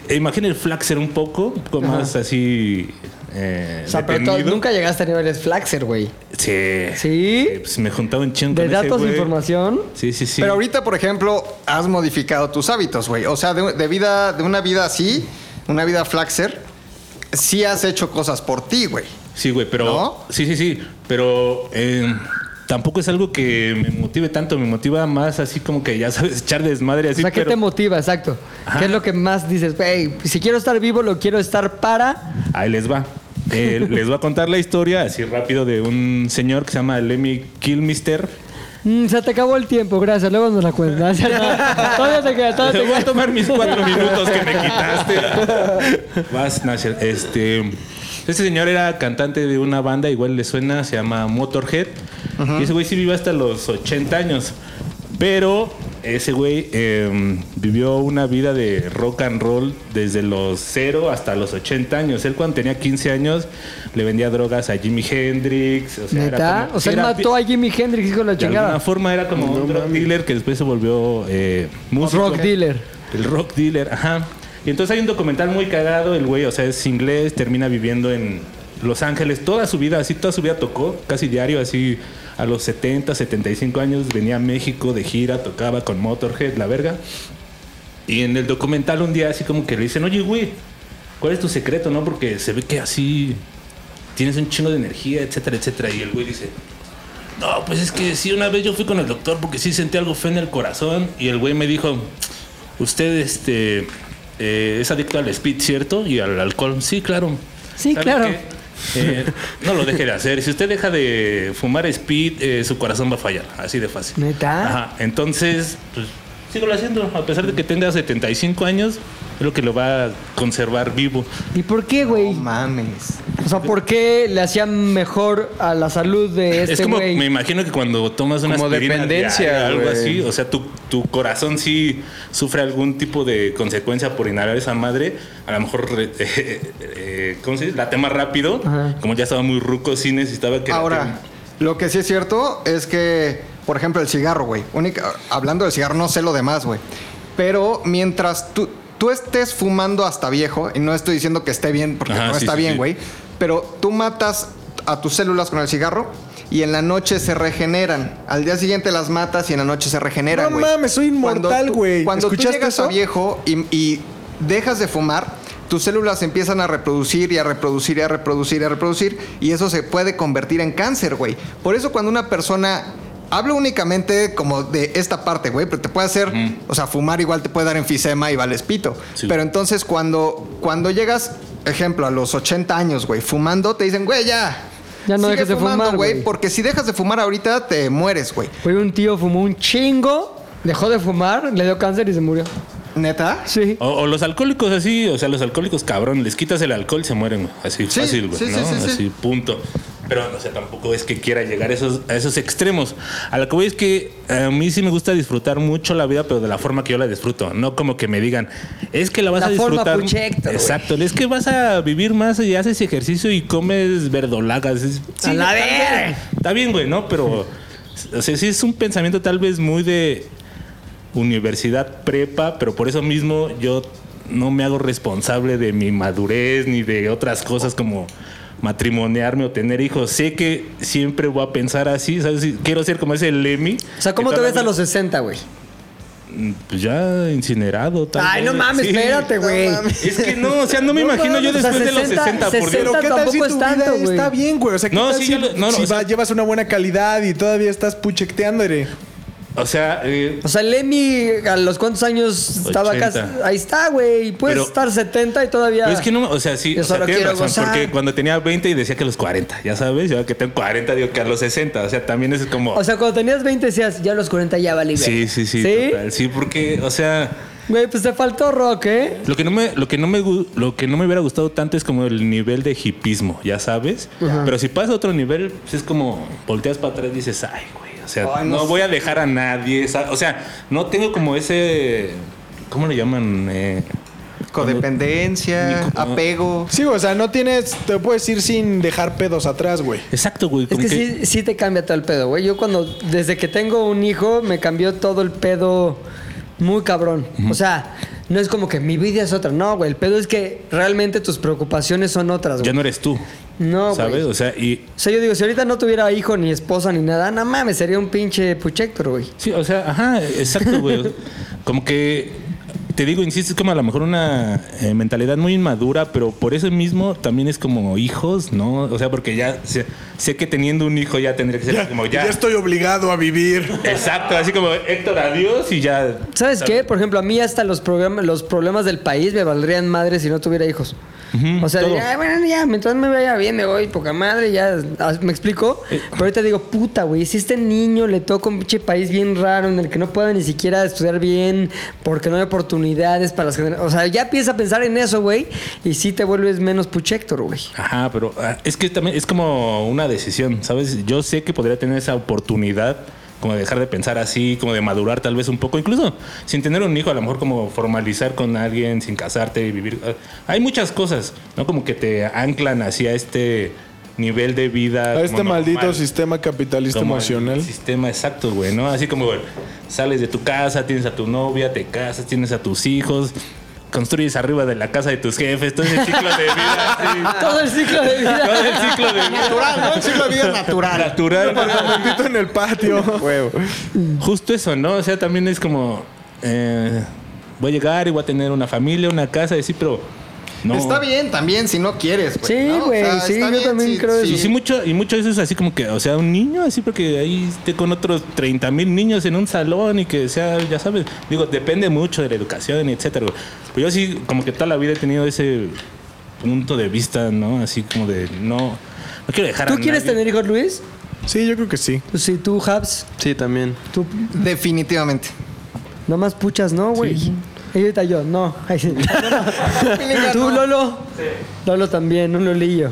eh, Imagina el flaxer un poco, un poco Ajá. más así. eh, O sea, pero tú detenido. nunca llegaste a niveles Flaxer, güey. Sí. Sí. Pues me juntaba un chingo. De con ese datos de güey. información. Sí, sí, sí. Pero ahorita, por ejemplo, has modificado tus hábitos, güey. O sea, de, de vida, de una vida así, una vida flaxer, sí has hecho cosas por ti, güey. Sí, güey, pero. ¿No? Sí, sí, sí. Pero eh, tampoco es algo que me motive tanto. Me motiva más así como que ya sabes, echar desmadre o así. sea, ¿qué pero- te motiva? Exacto. ¿Qué es lo que más dices? Güey, si quiero estar vivo, lo quiero estar para. Ahí les va. Eh, les voy a contar la historia así rápido de un señor que se llama Lemmy Kilmister. Mm, se te acabó el tiempo, gracias. Luego nos la cuentas. todavía te queda, todavía te Voy queda. a tomar mis cuatro minutos que me quitaste. Vas, no, es cierto. Este, este señor era cantante de una banda, igual le suena, se llama Motorhead. Y ese güey sí vivió hasta los 80 años. Pero ese güey eh, vivió una vida de rock and roll desde los 0 hasta los 80 años. Él cuando tenía 15 años le vendía drogas a Jimi Hendrix. O sea, era ¿Neta? como- O sea, él era- mató a Jimi Hendrix, hijo de la de alguna chingada. forma era como un drug dealer que después se volvió eh, músico. Rock dealer. El rock dealer, ajá. Y entonces hay un documental muy cagado, el güey, o sea, es inglés, termina viviendo en Los Ángeles toda su vida, así toda su vida tocó, casi diario, así a los 70, 75 años venía a México de gira, tocaba con Motorhead, la verga. Y en el documental un día así como que le dicen, oye, güey, ¿cuál es tu secreto, no? Porque se ve que así tienes un chingo de energía, etcétera, etcétera. Y el güey dice, no, pues es que sí, una vez yo fui con el doctor porque sí sentí algo feo en el corazón y el güey me dijo, usted este, eh, es adicto al speed, ¿cierto? Y al alcohol. Sí, claro. Sí, ¿Sabe claro. qué? Eh, no lo deje de hacer. Si usted deja de fumar speed, eh, su corazón va a fallar. Así de fácil. ¿Neta? Ajá. Entonces, pues, sígalo haciendo. A pesar de que tenga 75 años, es lo que lo va a conservar vivo. ¿Y por qué, güey? No mames. O sea, ¿por qué le hacían mejor a la salud de es este como, güey? me imagino que cuando tomas una Como aspirina dependencia, diaria, algo güey. así, o sea, tu, tu corazón sí sufre algún tipo de consecuencia por inhalar esa madre. A lo mejor, eh, eh, eh, ¿cómo se dice? Late más rápido. Como ya estaba muy ruco, sí necesitaba que. Ahora, lo que sí es cierto es que, por ejemplo, el cigarro, güey. Única- hablando del cigarro, no sé lo demás, güey. Pero mientras tú, tú estés fumando hasta viejo, y no estoy diciendo que esté bien, porque Ajá, no sí, está sí, bien, sí. güey, pero tú matas a tus células con el cigarro y en la noche se regeneran. Al día siguiente las matas y en la noche se regeneran, No güey. mames, soy inmortal, Cuando tú- güey. Cuando tú ¿Escuchaste llegas a eso? viejo y, y dejas de fumar, tus células empiezan a reproducir y a reproducir y a reproducir y a reproducir y eso se puede convertir en cáncer, güey. Por eso cuando una persona... Hablo únicamente como de esta parte, güey, pero te puede hacer, o sea, fumar igual te puede dar enfisema y vales pito. Pero entonces cuando, cuando llegas, ejemplo, a los 80 años, güey, fumando, te dicen, güey, ya. Ya no sigue dejes de fumando, fumar, güey. Porque si dejas de fumar ahorita, te mueres, güey. Güey, un tío fumó un chingo, dejó de fumar, le dio cáncer y se murió. ¿Neta? Sí. O, o los alcohólicos así, o sea, los alcohólicos cabrón, les quitas el alcohol y se mueren, güey. Así Sí, fácil, güey. sí, ¿no? sí, sí, sí. así, punto. Pero, no sé, tampoco es que quiera llegar a esos, a esos extremos. A lo que voy es que eh, a mí sí me gusta disfrutar mucho la vida, pero de la forma que yo la disfruto. No como que me digan, es que la vas La a forma disfrutar. Puchector, güey. Exacto, es que vas a vivir más y haces ejercicio y comes verdolagas. Es- A la está bien. verga. Está bien, güey, ¿no? Pero, o sea, sí es un pensamiento tal vez muy de universidad prepa, pero por eso mismo yo no me hago responsable de mi madurez ni de otras cosas como matrimoniarme o tener hijos. Sé que siempre voy a pensar así, ¿sabes? Sí, Quiero ser como ese Lemmy. O sea, ¿cómo te ves a los 60, güey? Pues ya incinerado. tal Ay, no vez. mames, Sí. espérate, güey. Es que no, o sea, no me imagino yo mames, o después sea, de los 60, por Dios. Pero ¿qué tal si tu vida está bien, güey? O sea, ¿qué No, tal sí, si, yo lo- no, no, si o sea- va- llevas una buena calidad y todavía estás puchecteando, Ere? O sea, eh, O sea, Lemmy, a los cuántos años estaba acá. 80. Ahí está, güey. Puedes Pero- estar 70 y todavía. Pero es que no, o sea, sí, Yo o sea, solo tienes quiero razón, gozar. porque cuando tenía 20 y decía que a los 40, ya sabes, yo que tengo 40 digo que a los 60, o sea, también es como... O sea, cuando tenías 20 decías, ya a los 40 ya valí. sí, verga". sí, sí, ¿Sí? total, sí, porque, o sea, Güey, pues te faltó rock, ¿eh? lo que no me, lo que no me, gu- lo que no me hubiera gustado tanto es como el nivel de hipismo, ya sabes, Ajá. pero si pasas a otro nivel, pues es como volteas para atrás y dices, ay, güey, o sea, Ay, no no, sé. voy a dejar a nadie, sa- o sea, no tengo como ese, ¿cómo le llaman? Eh, Codependencia, cuando- apego. Sí, o sea, no tienes, te puedes ir sin dejar pedos atrás, güey. Exacto, güey. Es que sí, sí te cambia todo el pedo, güey. Yo cuando, desde que tengo un hijo, me cambió todo el pedo muy cabrón. O sea, no es como que mi vida es otra. No, güey. El pedo es que realmente tus preocupaciones son otras, ya güey. no eres tú, No, güey. ¿sabes? O sea, y, O sea, yo digo, si ahorita no tuviera hijo, ni esposa, ni nada, no mames, sería un pinche puchector, güey. Sí, o sea, ajá, exacto, güey. O sea, como que, te digo, insisto, es como a lo mejor una eh, mentalidad muy inmadura, pero por eso mismo también es como hijos, ¿no? O sea, porque ya sé, sé que teniendo un hijo ya tendría que ser como ya. estoy obligado a vivir. Exacto, así como Héctor, adiós y ya. ¿Sabes qué? Por ejemplo, a mí hasta los, programas, los problemas del país me valdrían madre si no tuviera hijos. o sea, todo. diría, "Ay, bueno, ya, mientras me vaya bien, me voy, poca madre, ya, ah, me explico. Pero ahorita digo, puta, güey, si este niño le toca un pinche país bien raro en el que no puede ni siquiera estudiar bien porque no hay oportunidades para las generaciones. O sea, ya empieza a pensar en eso, güey, y sí te vuelves menos puchector, güey. Ajá, pero ah, es que también es como una decisión, ¿sabes? Yo sé que podría tener esa oportunidad como de dejar de pensar así, como de madurar tal vez un poco, incluso sin tener un hijo, a lo mejor como formalizar con alguien, sin casarte, vivir... ah, Hay muchas cosas, ¿no? Como que te anclan hacia este nivel de vida. A este como maldito normal. sistema capitalista Como el emocional. sistema exacto, güey, ¿no? Así como güey, sales de tu casa, tienes a tu novia, te casas, tienes a tus hijos, construyes arriba de la casa de tus jefes, todo ese ciclo de vida. así. Todo el ciclo de vida. Todo el ciclo de vida. Natural, ¿no? El ciclo de vida natural. Natural. Maldito en el patio. Justo eso, ¿no? O sea, también es como. eh, voy a llegar y voy a tener una familia, una casa, y sí, pero. No. Está bien también si no quieres, güey. Sí, ¿no? O güey, sea, sí, está yo bien también si- creo si- Y sí, mucho, y mucho eso es así como que, o sea, un niño así, porque ahí esté con otros 30 mil niños en un salón y que sea, ya sabes, digo, depende mucho de la educación, etcétera. güey. Pero yo sí, como que toda la vida he tenido ese punto de vista, ¿no? Así como de, no, no quiero dejar a ¿Tú quieres nadie. tener hijos, Luis? Sí, yo creo que sí. Sí, tú, Habs. Sí, también. Tú, Definitivamente. Nomás puchas, ¿no, güey? Y ahorita yo, no. Ay, sí. Tú, Lolo. Lolo también, un Lolillo.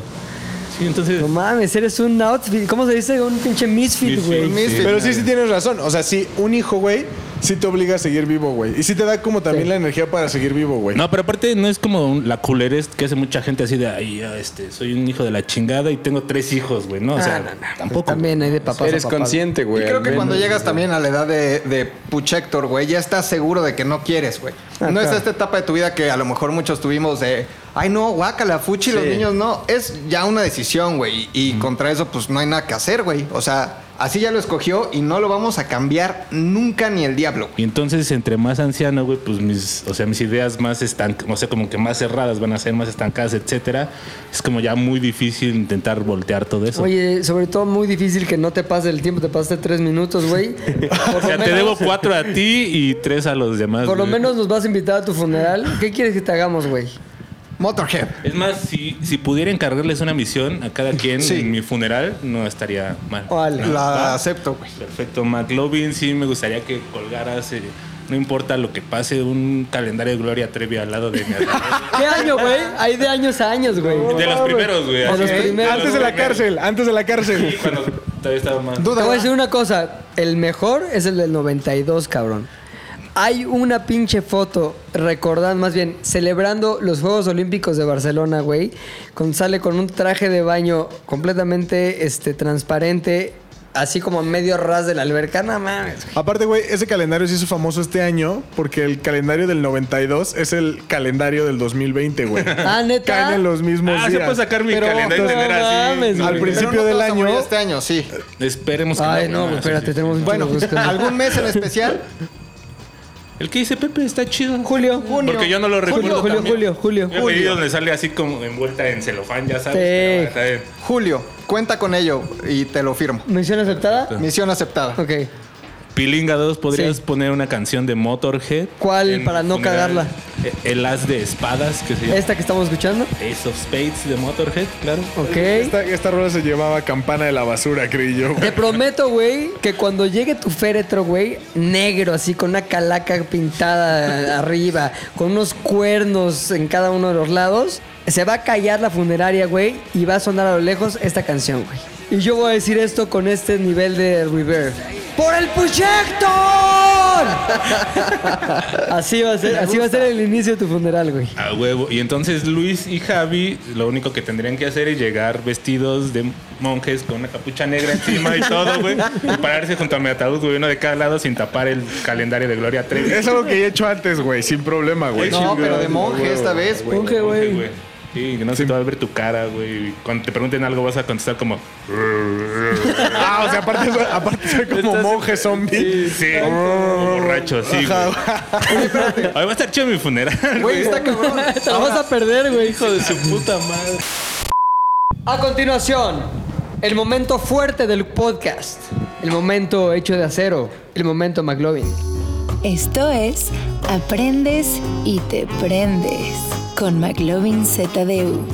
Sí, entonces. No mames, eres un outfit. ¿Cómo se dice? Un pinche misfit, güey. Pero sí, sí tienes razón. O sea, sí, un hijo, güey, sí te obliga a seguir vivo, güey. Y sí te da como también la energía para seguir vivo, güey. No, pero aparte no es como un- la culerez que hace mucha gente así de, ay, ya, este, soy un hijo de la chingada y tengo tres hijos, güey, ¿no? O Ah, sea, no, no. tampoco. También hay de papás. a papás. Y creo que cuando llegas también a la edad de, de Puchector, güey, ya estás seguro de que no quieres, güey. Ah, No es claro. esta etapa de tu vida que a lo mejor muchos tuvimos de, ay, no, guácala, fuchi, los Sí. niños no. Es ya una decisión, güey. Y contra eso, pues no hay nada que hacer, güey. O sea, así ya lo escogió y no lo vamos a cambiar nunca ni el diablo. Y entonces, entre más anciano, güey, pues mis, o sea, mis ideas más están, o sea, como que más cerradas van a ser, más estancadas, etcétera. Es como ya muy difícil intentar voltear todo eso. Oye, sobre todo muy difícil que no te pase el tiempo, te pasaste tres minutos, güey. o sea, te debo cuatro a ti y tres a los demás. Por lo güey. menos nos vas a invitar a tu funeral. ¿Qué quieres que te hagamos, güey? Motorhead. Es más, si, si pudiera encargarles una misión a cada quien en mi funeral, no estaría mal. Órale. ¿No? La ¿Ah? ¿Va? acepto, güey. Perfecto, McLovin, sí me gustaría que colgaras eh, No importa lo que pase, un calendario de Gloria Trevi al lado de mi ¿Qué año, güey? Hay de años a años, güey. De los primeros, güey. De los así. primeros. Antes de la cárcel, antes de la cárcel. Sí, cuando todavía estaba más. Te voy a decir una cosa. El mejor es el del 92, cabrón. Hay una pinche foto, recordando más bien, celebrando los Juegos Olímpicos de Barcelona, güey. Con, sale con un traje de baño completamente este, transparente, así como a medio ras de la alberca. No mames. Aparte, güey, ese calendario se hizo famoso este año porque el calendario del 92 es el calendario del 2020, güey. Ah, ¿neta? Caen en los mismos Ah, se días. puede sacar mi calendario y tener al así. güey. principio Pero del no todos año- somos- Este año, sí. Esperemos que Ay, no, no, güey, espérate, tenemos un Bueno, chingo de buscando. ¿algún mes en especial? El que dice Pepe está chido. Julio, junio. Porque yo no lo recuerdo. Julio, también. Julio, Julio, Yo Julio. he pedido donde sale así como envuelta en celofán, ya sabes. Sí. pero está bien. Julio, cuenta con ello y te lo firmo. ¿Misión aceptada? Misión aceptada. Ok. Pilinga 2, ¿podrías Sí. poner una canción de Motorhead? ¿Cuál para no cagarla? Eh, El as de espadas, que se llama ¿Esta que estamos escuchando? Ace of Spades de Motorhead, claro. Ok. Esta, esta rola se llamaba Campana de la Basura, creí yo. Te prometo, güey, que cuando llegue tu féretro, güey, negro, así, con una calaca pintada arriba, con unos cuernos en cada uno de los lados, se va a callar la funeraria, güey, y va a sonar a lo lejos esta canción, güey. Y yo voy a decir esto con este nivel de reverb. ¡Por el proyector! así va a ser, así va a ser el inicio de tu funeral, güey. A huevo. Y entonces Luis y Javi lo único que tendrían que hacer es llegar vestidos de monjes con una capucha negra encima y todo, güey. Y pararse junto a mi ataúd, güey, uno de cada lado sin tapar el calendario de Gloria Trevi. Es algo que he hecho antes, güey, sin problema, güey. No, pero de monje güey, esta güey. vez, güey. Monje, Sí, güey. güey. Sí, que no se te va a ver tu cara, güey. Y Cuando te pregunten algo vas a contestar como... Ah, o sea, aparte soy, aparte soy como monje zombie. Sí, como borracho, sí, güey. Ahí va a estar chido mi funeral, Güey, güey. está cabrón. Te la vas a perder, güey. Hijo de su puta madre. A continuación, el momento fuerte del podcast. El momento hecho de acero. El momento McLovin. Esto es Aprendes y te prendes con McLovin ZDU.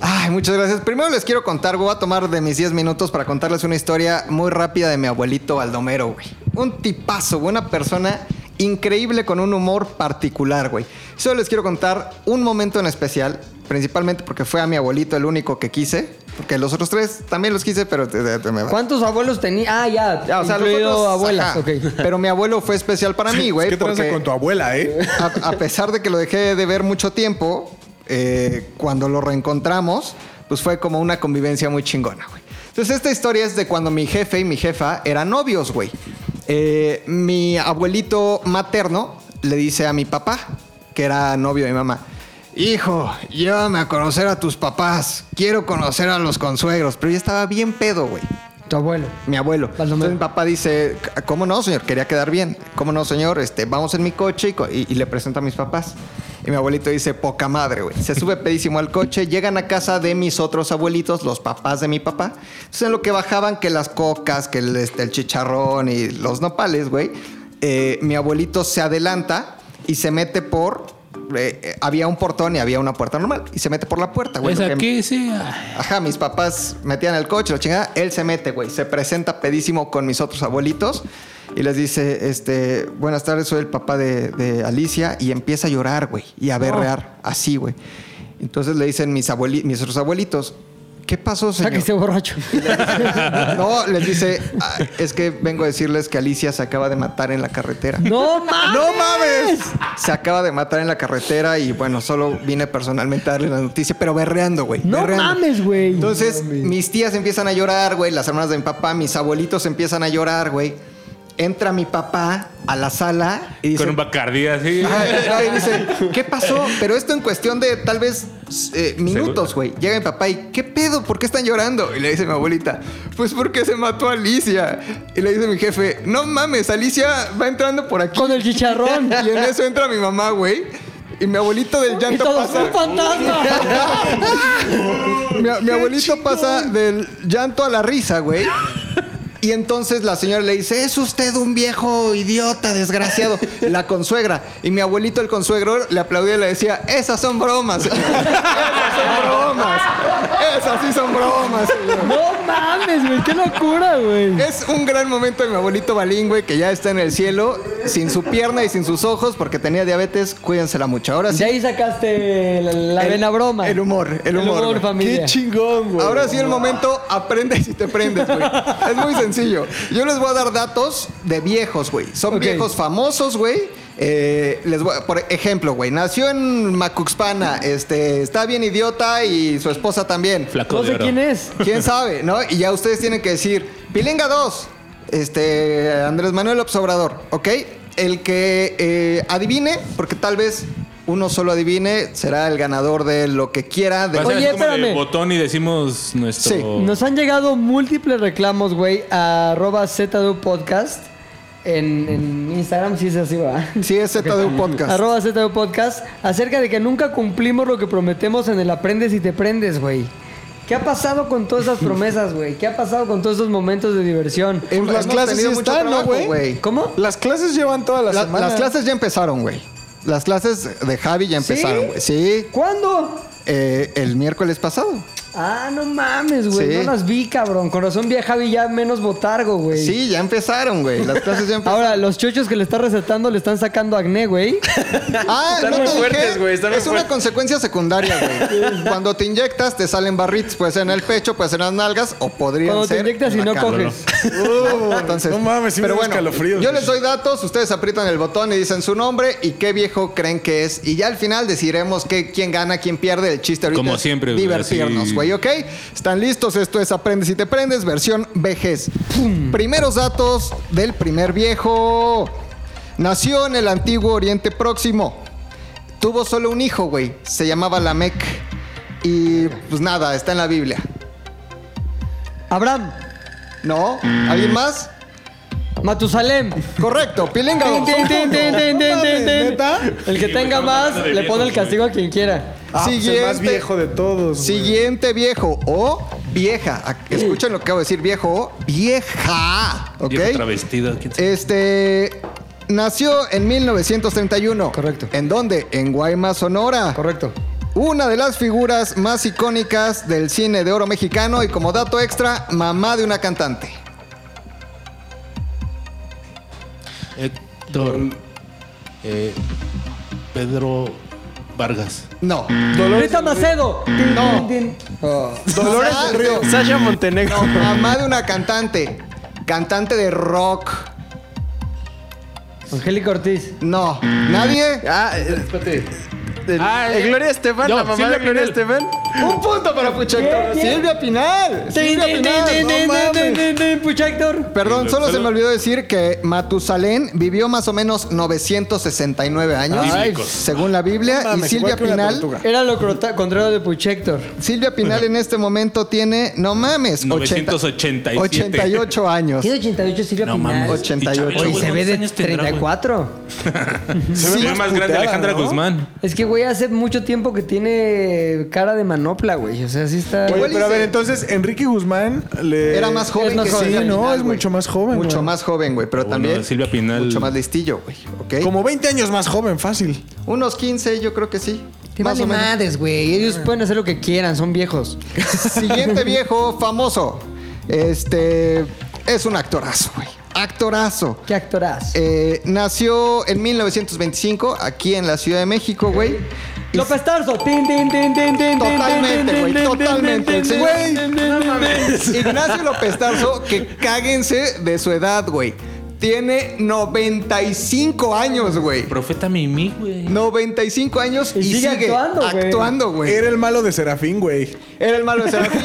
Ay, muchas gracias. Primero les quiero contar, voy a tomar de mis 10 minutos para contarles una historia muy rápida de mi abuelito Baldomero, güey. Un tipazo, güey, una persona increíble con un humor particular, güey. Solo les quiero contar un momento en especial, principalmente porque fue a mi abuelito el único que quise, porque los otros tres también los quise, pero te- te- te me va. ¿Cuántos abuelos tenía? Ah, ya. Ya, o sea, los incluido otros, abuelas. ajá. ok. Pero mi abuelo fue especial para mí, güey. ¿Qué tranza porque- con tu abuela, eh? a, a pesar de que lo dejé de ver mucho tiempo, eh, cuando lo reencontramos, pues fue como una convivencia muy chingona, güey. Entonces, esta historia es de cuando mi jefe y mi jefa eran novios, güey. Eh, mi abuelito materno le dice a mi papá, que era novio de mi mamá, Hijo, llévame a conocer a tus papás. Quiero conocer a los consuegros. Pero yo estaba bien pedo, güey. Tu abuelo. Mi abuelo. Baldomero. Entonces mi papá dice, ¿cómo no, señor? Quería quedar bien. ¿Cómo no, señor? Este, vamos en mi coche y, co- y- y le presento a mis papás. Y mi abuelito dice, poca madre, güey. Se sube pedísimo al coche, llegan a casa de mis otros abuelitos, los papás de mi papá. Entonces en lo que bajaban, que las cocas, que el, este, el chicharrón y los nopales, güey. eh, mi abuelito se adelanta y se mete por... eh, eh, había un portón y había una puerta normal. Y se mete por la puerta, güey. Es lo que- aquí, sí. Ajá, mis papás metían el coche, la chingada. Él se mete, güey. Se presenta pedísimo con mis otros abuelitos y les dice, este, buenas tardes, soy el papá de, de Alicia. Y empieza a llorar, güey, y a berrear, así, güey. Entonces le dicen mis, abueli- mis otros abuelitos, ¿qué pasó, O sea, que señor? esté borracho. No, les dice, "Ah, es que vengo a decirles que Alicia se acaba de matar en la carretera. ¡No mames! ¡No mames! Se acaba de matar en la carretera y bueno, solo vine personalmente a darle la noticia, pero berreando, güey. ¡No berreando. mames, güey! Entonces, mis tías empiezan a llorar, güey, las hermanas de mi papá, mis abuelitos empiezan a llorar, güey. Entra mi papá a la sala y dice, Con un bacardí así. Ah, no, y dice, ¿qué pasó? Pero esto en cuestión de tal vez eh, minutos, güey. Llega mi papá y, ¿qué pedo? ¿Por qué están llorando? Y le dice mi abuelita, pues porque se mató a Alicia. Y le dice mi jefe, no mames, Alicia va entrando por aquí. Con el chicharrón. Y en eso entra mi mamá, güey. Y mi abuelito del y llanto todos pasa. un fantasma. Mi, mi abuelito pasa del llanto a la risa, güey. Y entonces la señora le dice, es usted un viejo idiota, desgraciado. La consuegra. Y mi abuelito, el consuegro, le aplaudía y le decía, esas son bromas. Esas son bromas. Esas sí son bromas. señor". ¡No mames, güey, qué locura, güey. Es un gran momento de mi abuelito Balín, güey, que ya está en el cielo, sin su pierna y sin sus ojos, porque tenía diabetes. Cuídensela mucho. Ahora sí. De ahí sacaste la, la El- vena broma. El humor, el El humor. humor, güey. familia. Qué chingón, güey. Ahora sí el momento, aprendes y te prendes, güey. es muy sencillo. Yo les voy a dar datos de viejos, güey. Son Ok. viejos famosos, güey. Eh, les voy a- por ejemplo, güey, nació en Macuxpana, este, está bien idiota y su esposa también. Flaco No de sé oro. quién es. ¿Quién sabe, no? Y ya ustedes tienen que decir, Pilinga 2, este, Andrés Manuel López Obrador, ¿ok? El que eh, adivine, porque tal vez uno solo adivine, será el ganador de lo que quiera. De Va a ser Oye, así como de espérame. botón y decimos nuestro. Nos han llegado múltiples reclamos, güey, a arroba ZDU Podcast. En, en Instagram sí es así, va. Sí, es ZDU Podcast. Arroba ZDU Podcast. Acerca de que nunca cumplimos lo que prometemos en el Aprendes y Te Prendes, güey. ¿Qué ha pasado con todas esas promesas, güey? ¿Qué ha pasado con todos esos momentos de diversión? Pues las clases sí están, ¿no, güey? ¿Cómo? Las clases llevan toda la, La- semana. las clases ya empezaron, güey. Las clases de Javi ya ¿Sí? empezaron, güey. ¿Sí? ¿Cuándo? Eh, el miércoles pasado. Ah, no mames, güey. Sí. No las vi, cabrón. Con razón vi a Javi ya menos botargo, güey. Sí, ya empezaron, güey. Las clases ya empezaron. Ahora, los chochos que le están recetando le están sacando acné, güey. Ah, Están no muy te dije. fuertes, güey, están muy es una fuertes. consecuencia secundaria, güey. Cuando te inyectas, te salen barritos. Puede ser en el pecho, puede ser en las nalgas o podría ser. Cuando te inyectas en y la no cara. coges. Entonces, no mames, sí me pero dio bueno, escalofríos. yo les doy datos, ustedes aprietan el botón y dicen su nombre y qué viejo creen que es. Y ya al final decidiremos qué- quién gana, quién pierde. El chiste ahorita Como es siempre, güey, divertirnos, así. güey, ¿ok? ¿Están listos? Esto es Aprendes y te prendes, versión vejez. Primeros datos del primer viejo. Nació en el antiguo Oriente Próximo. Tuvo solo un hijo, güey. Se llamaba Lamec. Y pues nada, está en la Biblia. Abraham, ¿No? Mm. ¿Alguien más? Matusalem. Correcto, Pilinga. Tin, tin, tin, tin, tin, tin, tin, tin. El que Sí, tenga güey, más, estamos hablando de le pone el viejos, castigo a quien quiera. Ah, pues el más viejo de todos. güey. Siguiente viejo o vieja. A- Escuchen lo que acabo de decir, viejo o vieja. ¿Ok? Viejo travestido. ¿quién sabe? Este. Nació en 1931. Correcto. ¿En dónde? En Guaymas, Sonora. Correcto. Una de las figuras más icónicas del cine de oro mexicano y como dato extra, mamá de una cantante. Héctor. eh, Pedro Vargas. No. Rita Macedo. No. Dolores del Río. Sasha Montenegro. No, Oh. mamá de una cantante. Cantante de rock. Angélica Ortiz. No. ¿Nadie? Ah, eh, espérate. El- eh, Gloria Estefan, no, la mamá Silvia de Gloria Pinal. Estefan. Un punto para Puchector. Bien, bien. Silvia Pinal. Tin, Silvia tin, tin, tin, Pinal. tin, No tin, mames. tin, tin, Pucha Héctor. Perdón, solo se me olvidó decir que Matusalén vivió más o menos 969 años, Ay, Bíblicos. según la Biblia, No mames, y Silvia igual que una Pinal, tortuga. Era lo crota- contrario de Puchector. Silvia Pinal en este momento tiene, no mames, 80 987. 88 años. Tiene 88 Silvia No Pinal. mames. 88. Oye, se ve de años tendrá, güey? 34. Se ve más grande Alejandra Guzmán. Es que, güey, hace mucho tiempo que tiene cara de manopla, güey. O sea, sí está. Oye, pero a ver, entonces Enrique Guzmán le... Era más joven Es más que joven. Sí, Silvia no, Pinal, es güey. mucho más joven. Mucho güey. más joven, güey, pero Bueno, también Silvia Pinal. mucho más listillo, güey, ¿ok? Como 20 años más joven, fácil. Unos 15, yo creo que sí. Te más vale o menos. madres, güey. Ah. Ellos pueden hacer lo que quieran, son viejos. Siguiente viejo famoso. Este es un actorazo, güey. Actorazo. ¿Qué actoraz? Eh, nació en 1925 aquí en la Ciudad de México, güey. Y López Tarso. Tin, tin, tin, tin, tin, Totalmente, tin, tin, güey, tin, tin, totalmente, tin, tin, güey. tin, tin, tin, tin. Ignacio López Tarso, que cáguense de su edad, güey. Tiene 95 años, güey. Profeta Mimi, güey. 95 años y, Y sigue sigue, actuando, güey. actuando, güey. Era el malo de Serafín, güey. Era el malo de Serafín.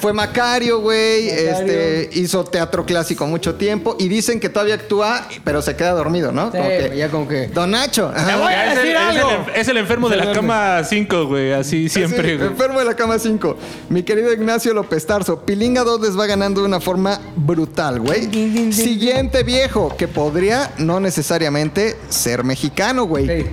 Fue Macario, güey. Macario. Este, hizo teatro clásico mucho tiempo. Y dicen que todavía actúa, pero se queda dormido, ¿no? Sí, Como que, güey, ya como que. Don Nacho. Ya, Ajá. güey, Ah, es, el, es el enf- es el enfermo de la cama 5, güey. Así siempre, Sí, güey. enfermo de la cama 5. Mi querido Ignacio López Tarso. Pilinga 2 les va ganando de una forma brutal, güey. Siguiente viejo, que podría no necesariamente ser mexicano, güey. Ok.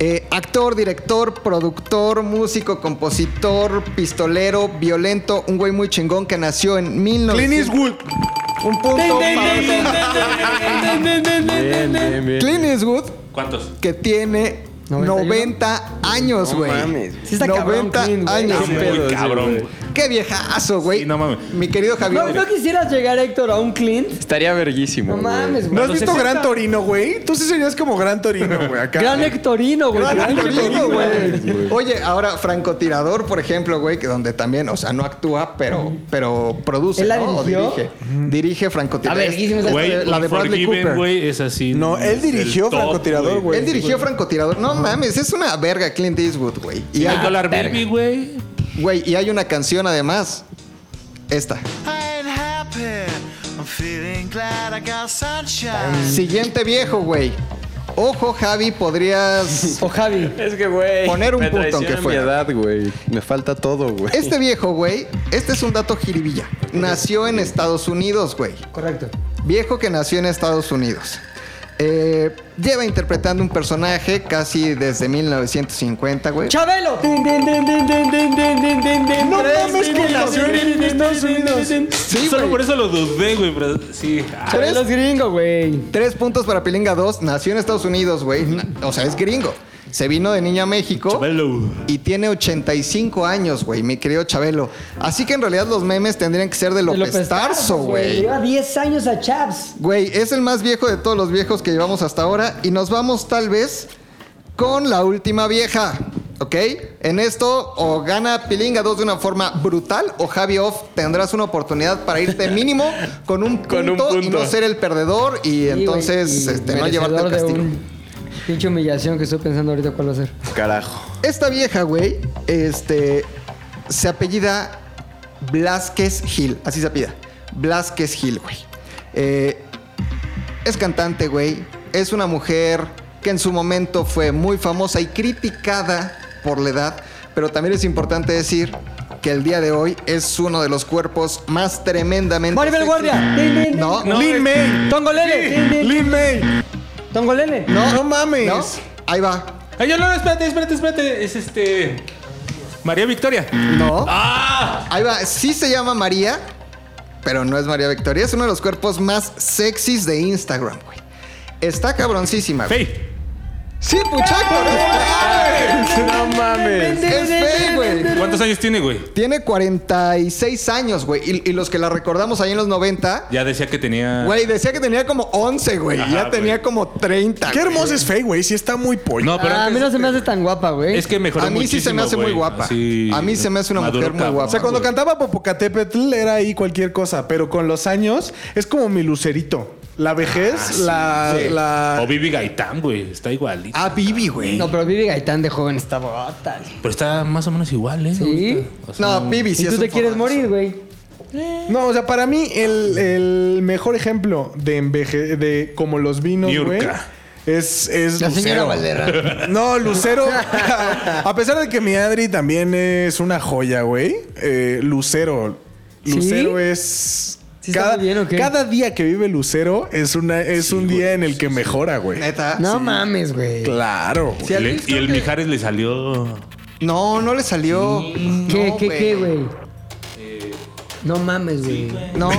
Eh, actor, director, productor, músico, compositor, pistolero, violento, un güey muy chingón que nació en 1900. Clint Eastwood. Un punto Tin, tin, para- tin, tin, tin, tin, tin, tin, tin, tin, tin, tin, tin, tin. Bien, bien, bien. Clint Eastwood, ¿Cuántos? que tiene ¿91? 90 años, No güey. mames. Sí está cabrón, 90 Clint, güey. Ah, años. Está muy güey. cabrón, güey. Qué viejazo, güey. no mames. Mi querido Javier. ¿No, ¿No quisieras llegar, Héctor, a un Clint? Estaría verguísimo. No mames, güey. ¿No has Cuando visto se Gran sienta- Torino, güey? Tú sí serías como Gran Torino, güey. Acá. Gran Hectorino, güey. Gran Gran Torino, Hectorino, güey. Oye, ahora francotirador, por ejemplo, güey, que donde también, o sea, no actúa, pero, pero produce, ¿Él la ¿no? O dirigió? dirige. Dirige francotirador. Ah, verguísima esa Güey, la de Bradley Unforgiven, Cooper. güey, es así. No, es el top, Él dirigió francotirador. No mames, es una verga Clint Eastwood, güey. Y hay- Dollar verga. Baby, güey. Güey, y hay una canción además. Esta. Siguiente viejo, güey. Ojo, Javi, podrías. O Javi. Es que, güey. Poner un me punto, traiciona aunque fuera. mi edad, güey. Me falta todo, güey. Este viejo, güey, este es un dato jiribilla. Nació en Estados Unidos, güey. Correcto. Viejo que nació en Estados Unidos. Eh, lleva interpretando un personaje casi desde 1950, güey. ¡Chabelo! No mames que nació en Estados Unidos. Sí, Solo güey. por eso lo dudé, güey, pero sí. Tres- Chabelo es gringo, güey. Tres puntos para Pilinga 2. Nació en Estados Unidos, güey. Na- O sea, es gringo. Se vino de niño a México. Y tiene 85 años, güey, mi querido Chabelo. Así que en realidad los memes tendrían que ser de De López, Tarso, güey. Lleva 10 años a Chaps. Güey, es el más viejo de todos los viejos que llevamos hasta ahora. Y nos vamos tal vez con la última vieja. ¿Ok? En esto o gana Pilinga 2 de una forma brutal o Javi Off tendrás una oportunidad para irte mínimo con un punto, Con un y punto. no ser el perdedor y entonces Y, güey, y este, no llevarte el merecedor de castigo. un Pinche humillación que estoy pensando ahorita cuál va a ser. Carajo. Esta vieja, güey, este, se apellida Blasquez Gil, así se apellida. Blasquez Gil, güey. Eh, es cantante, güey. Es una mujer que en su momento fue muy famosa y criticada por la edad, pero también es importante decir que el día de hoy es uno de los cuerpos más tremendamente. Maribel sexy- Guardia. Din, din, din. No, No, Lin May. Tongolele. Din, din. Lin May. Tongolele. no, No mames. no. Ahí va. Ay, yo no, espérate, espérate, espérate. Es este. María Victoria. No. Ah. Ahí va. Sí se llama María, pero no es María Victoria. Es uno de los cuerpos más sexys de Instagram, güey. Está cabroncísima. güey. Faye. Sí, muchacho. No mames. Es Faye, güey. ¿Cuántos años tiene, güey? Tiene 46 años, güey. Y, y los que la recordamos ahí en los 90, Ya decía que tenía. güey, decía que tenía como 11, güey. y ya Ajá, tenía güey. como 30. Qué güey. hermosa es Faye, güey. Sí está muy pollo. No, pero Ah, a mí antes- no se me hace tan guapa, güey. es que mejoró A mí sí se me muchísimo, hace muy güey. guapa. Así, A mí se me hace una maduro, mujer muy cabrón. guapa. O sea, cuando güey. cantaba Popocatépetl era ahí cualquier cosa, pero con los años es como mi lucerito. La vejez, la, la- O Vivi Gaitán, güey. Está igualita. Ah, Vivi, güey. No, No, pero Vivi Gaitán de joven está bota. Pero está más o menos igual, ¿eh? ¿Sí? O sea, Vivi sí Y es tú un te quieres formazo. morir, güey. No, o sea, para mí el, el mejor ejemplo de enveje... de como los vinos, Niurka. güey, es, es La señora Lucero. Valera. No, Lucero. a pesar de que mi Adri también es una joya, güey. eh, Lucero. ¿Sí? Lucero es. ¿Sí está muy bien o qué? cada día que vive Lucero es una es un día en el que mejora, güey. Neta. No mames, güey. Claro. güey. Sí, al le- Luis y el creo que- Mijares le salió. No, no le salió. ¿Qué, No, Eh, qué, qué, güey? No mames, güey. No.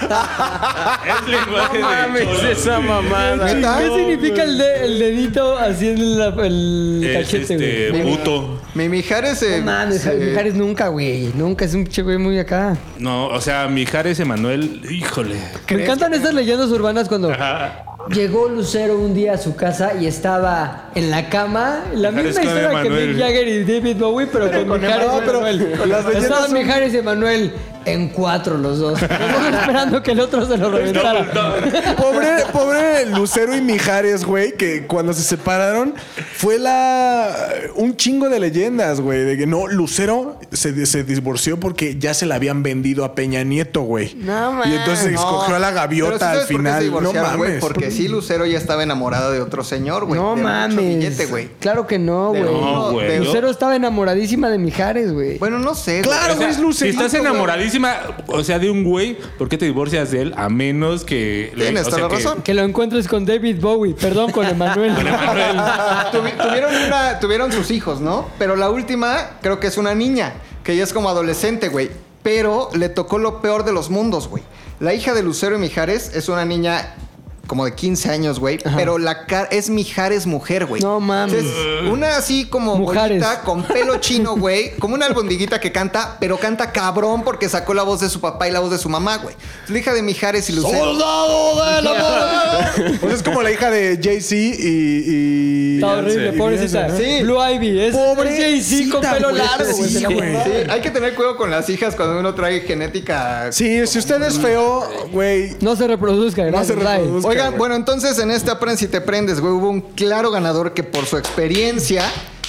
Es lenguaje No mames, esa mamada. Neta. ¿Qué significa el, de- el dedito así en la- el Es cachete, güey? este. güey. Puto. Mi Mijares se. No mames, se- Javi Mijares nunca, güey. Nunca es un pinche güey muy acá. No, o sea, Mijares Emanuel. Híjole. Me encantan estas leyendas urbanas cuando llegó Lucero un día a su casa y estaba en la cama. La Mijares misma con historia que Emanuel. Mick Jagger y David Bowie, pero, con Mijares y Emanuel. Estaban Mijares y Emanuel en cuatro los dos. Todos esperando que el otro se lo reventara. Pobre, pobre Lucero y Mijares, güey, que cuando se separaron fue la un chingo de leyendas, güey, de que no Lucero se, se divorció porque ya se la habían vendido a Peña Nieto, güey. No, man. Y entonces No. escogió a Pero la sí gaviota al sabes por qué se final. No divorciaron, güey, mames. porque sí, Lucero ya estaba enamorada de otro señor, güey. no de mucho mames. billete, güey. Claro que no, De güey. uno- No, güey. de- Lucero estaba enamoradísima de Mijares, güey. Bueno, no sé. güey. Claro, O sea, güey, es Lucero. si estás enamoradísima, o sea, de un güey, ¿por qué te divorcias de él? A menos que. le- Tienes o sea, toda la que- razón. Que lo encuentres con David Bowie, perdón, con Emanuel. Tuvi- tuvieron, una- tuvieron sus hijos, ¿no? Pero la última creo que es una niña, que ya es como adolescente, güey. Pero le tocó lo peor de los mundos, güey. La hija de Lucero y Mijares es una niña como de 15 años, güey. Pero la cara es Mijares mujer, güey. No mames. una así como Mujeres. bolita con pelo chino, güey. Como una albondiguita que canta, pero canta cabrón porque sacó la voz de su papá y la voz de su mamá, güey. Es La hija de Mijares y Lucero. ¡Soldado de la amor! Pues es como la hija de Jay-Z y, y. Está horrible, y pobrecita. Beyoncé, ¿no? Sí. Blue Ivy. Es Pobre Jay-Z con cita, pelo güey. largo, güey. Sí, te la voy a güey. dar. Sí, hay que tener cuidado con las hijas cuando uno trae genética. Sí, si usted es feo, güey. No se reproduzca, No se gracias. bye. reproduzca. Oigan, güey. bueno, entonces en este Aprende si te prendes, güey, hubo un claro ganador que por su experiencia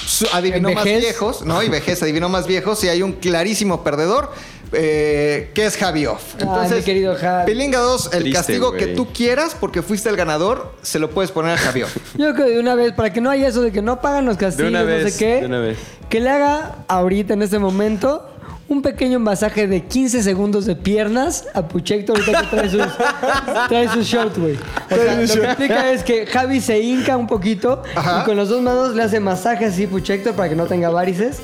su- adivinó En más vejez. viejos, ¿no? Y vejez adivinó más viejos y hay un clarísimo perdedor. eh, que es Javi Off. Entonces, mi querido Javi. Pilinga 2, el Triste, castigo güey. que tú quieras porque fuiste el ganador, se lo puedes poner a Javi Off. Yo creo que de una vez, para que no haya eso de que no pagan los De castillos, una vez. no sé qué, De una vez. que le haga ahorita en este momento un pequeño masaje de 15 segundos de piernas a Puchecto ahorita que trae sus, trae sus shorts, güey. O sea, lo que implica es que Javi se hinca un poquito y con las dos manos le hace masaje así a Puchector para que no tenga varices.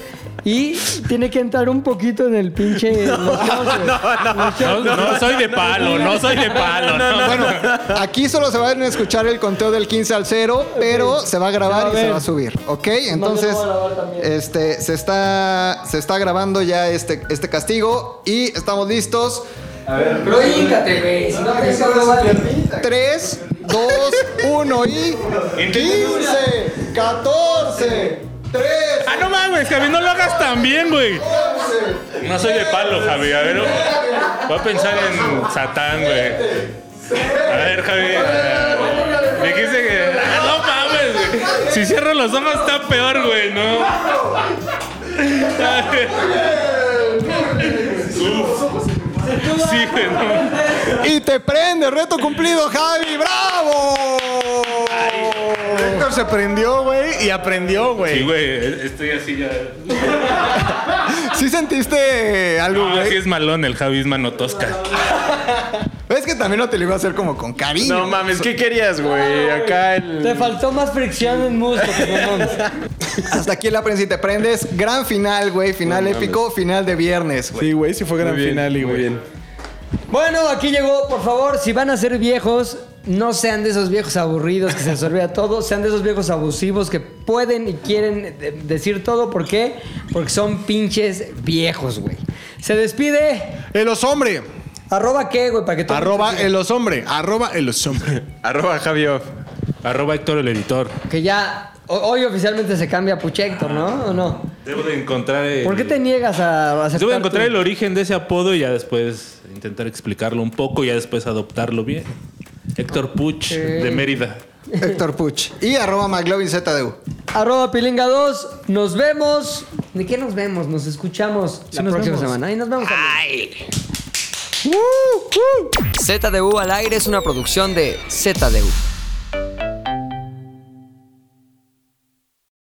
Y tiene que entrar un poquito en el pinche... en los shorts, güey. No, no soy de palo, no soy de palo. no. Bueno, aquí solo se van a escuchar el conteo del 15 al 0, pero se va a grabar Se va a y se ver. va a subir, ¿ok? lo Entonces, voy a grabar también. este, se está, se está grabando ya este, este castigo y estamos listos. Pero híncate, güey. Si no te hincas, no vale. 3, 2, 1 y 15, 14, 13. Ah, no mames, Javi, no lo hagas tan bien, güey. No soy de palo, Javi. A ver, voy a pensar en Satán, güey. A ver, Javi. ah, Dijiste que. Ah, no mames, güey. Si cierro los ojos está peor, güey, no. Sí, güey, no. Y te prende, reto cumplido, Javi, bravo. Héctor se prendió, güey, y aprendió, Sí, güey. güey, estoy así ya. ¿Sí sentiste eh, Ah, algo, No, güey? sí es malón, el Javi es manotosca. Es que también no te lo iba a hacer como con cariño. No mames, ¿qué querías, güey? Acá Te el. faltó más fricción en música, mamón. Hasta aquí la prensa y te prendes. Gran final, güey. Final No mames. épico, final de viernes, güey. Sí, güey, sí fue gran Muy bien, final y muy güey. bien. Bueno, aquí llegó, por favor, si van a ser viejos, no sean de esos viejos aburridos que se les olvida todo, sean de esos viejos abusivos que pueden y quieren de- decir todo, ¿por qué? Porque son pinches viejos, güey. Se despide, El los hombre. arroba qué, güey, para que todo Arroba mundo se- el los hombre. Arroba el los hombre. Arroba Javi Off. Arroba Héctor el editor. que ya ho- hoy oficialmente se cambia a Puchector, ¿no? ¿O no? Debo de encontrar el... ¿Por qué te niegas a aceptar? Debo de encontrar tu- el origen de ese apodo y ya después intentar explicarlo un poco y ya después adoptarlo bien. Héctor Puch de Mérida. Héctor Puch. Y arroba McLovin ZDU. Arroba Pilinga 2, nos vemos. ¿De qué nos vemos? Nos escuchamos la nos próxima vemos. semana. Y nos vemos. amigos. ZDU al aire es una producción de ZDU.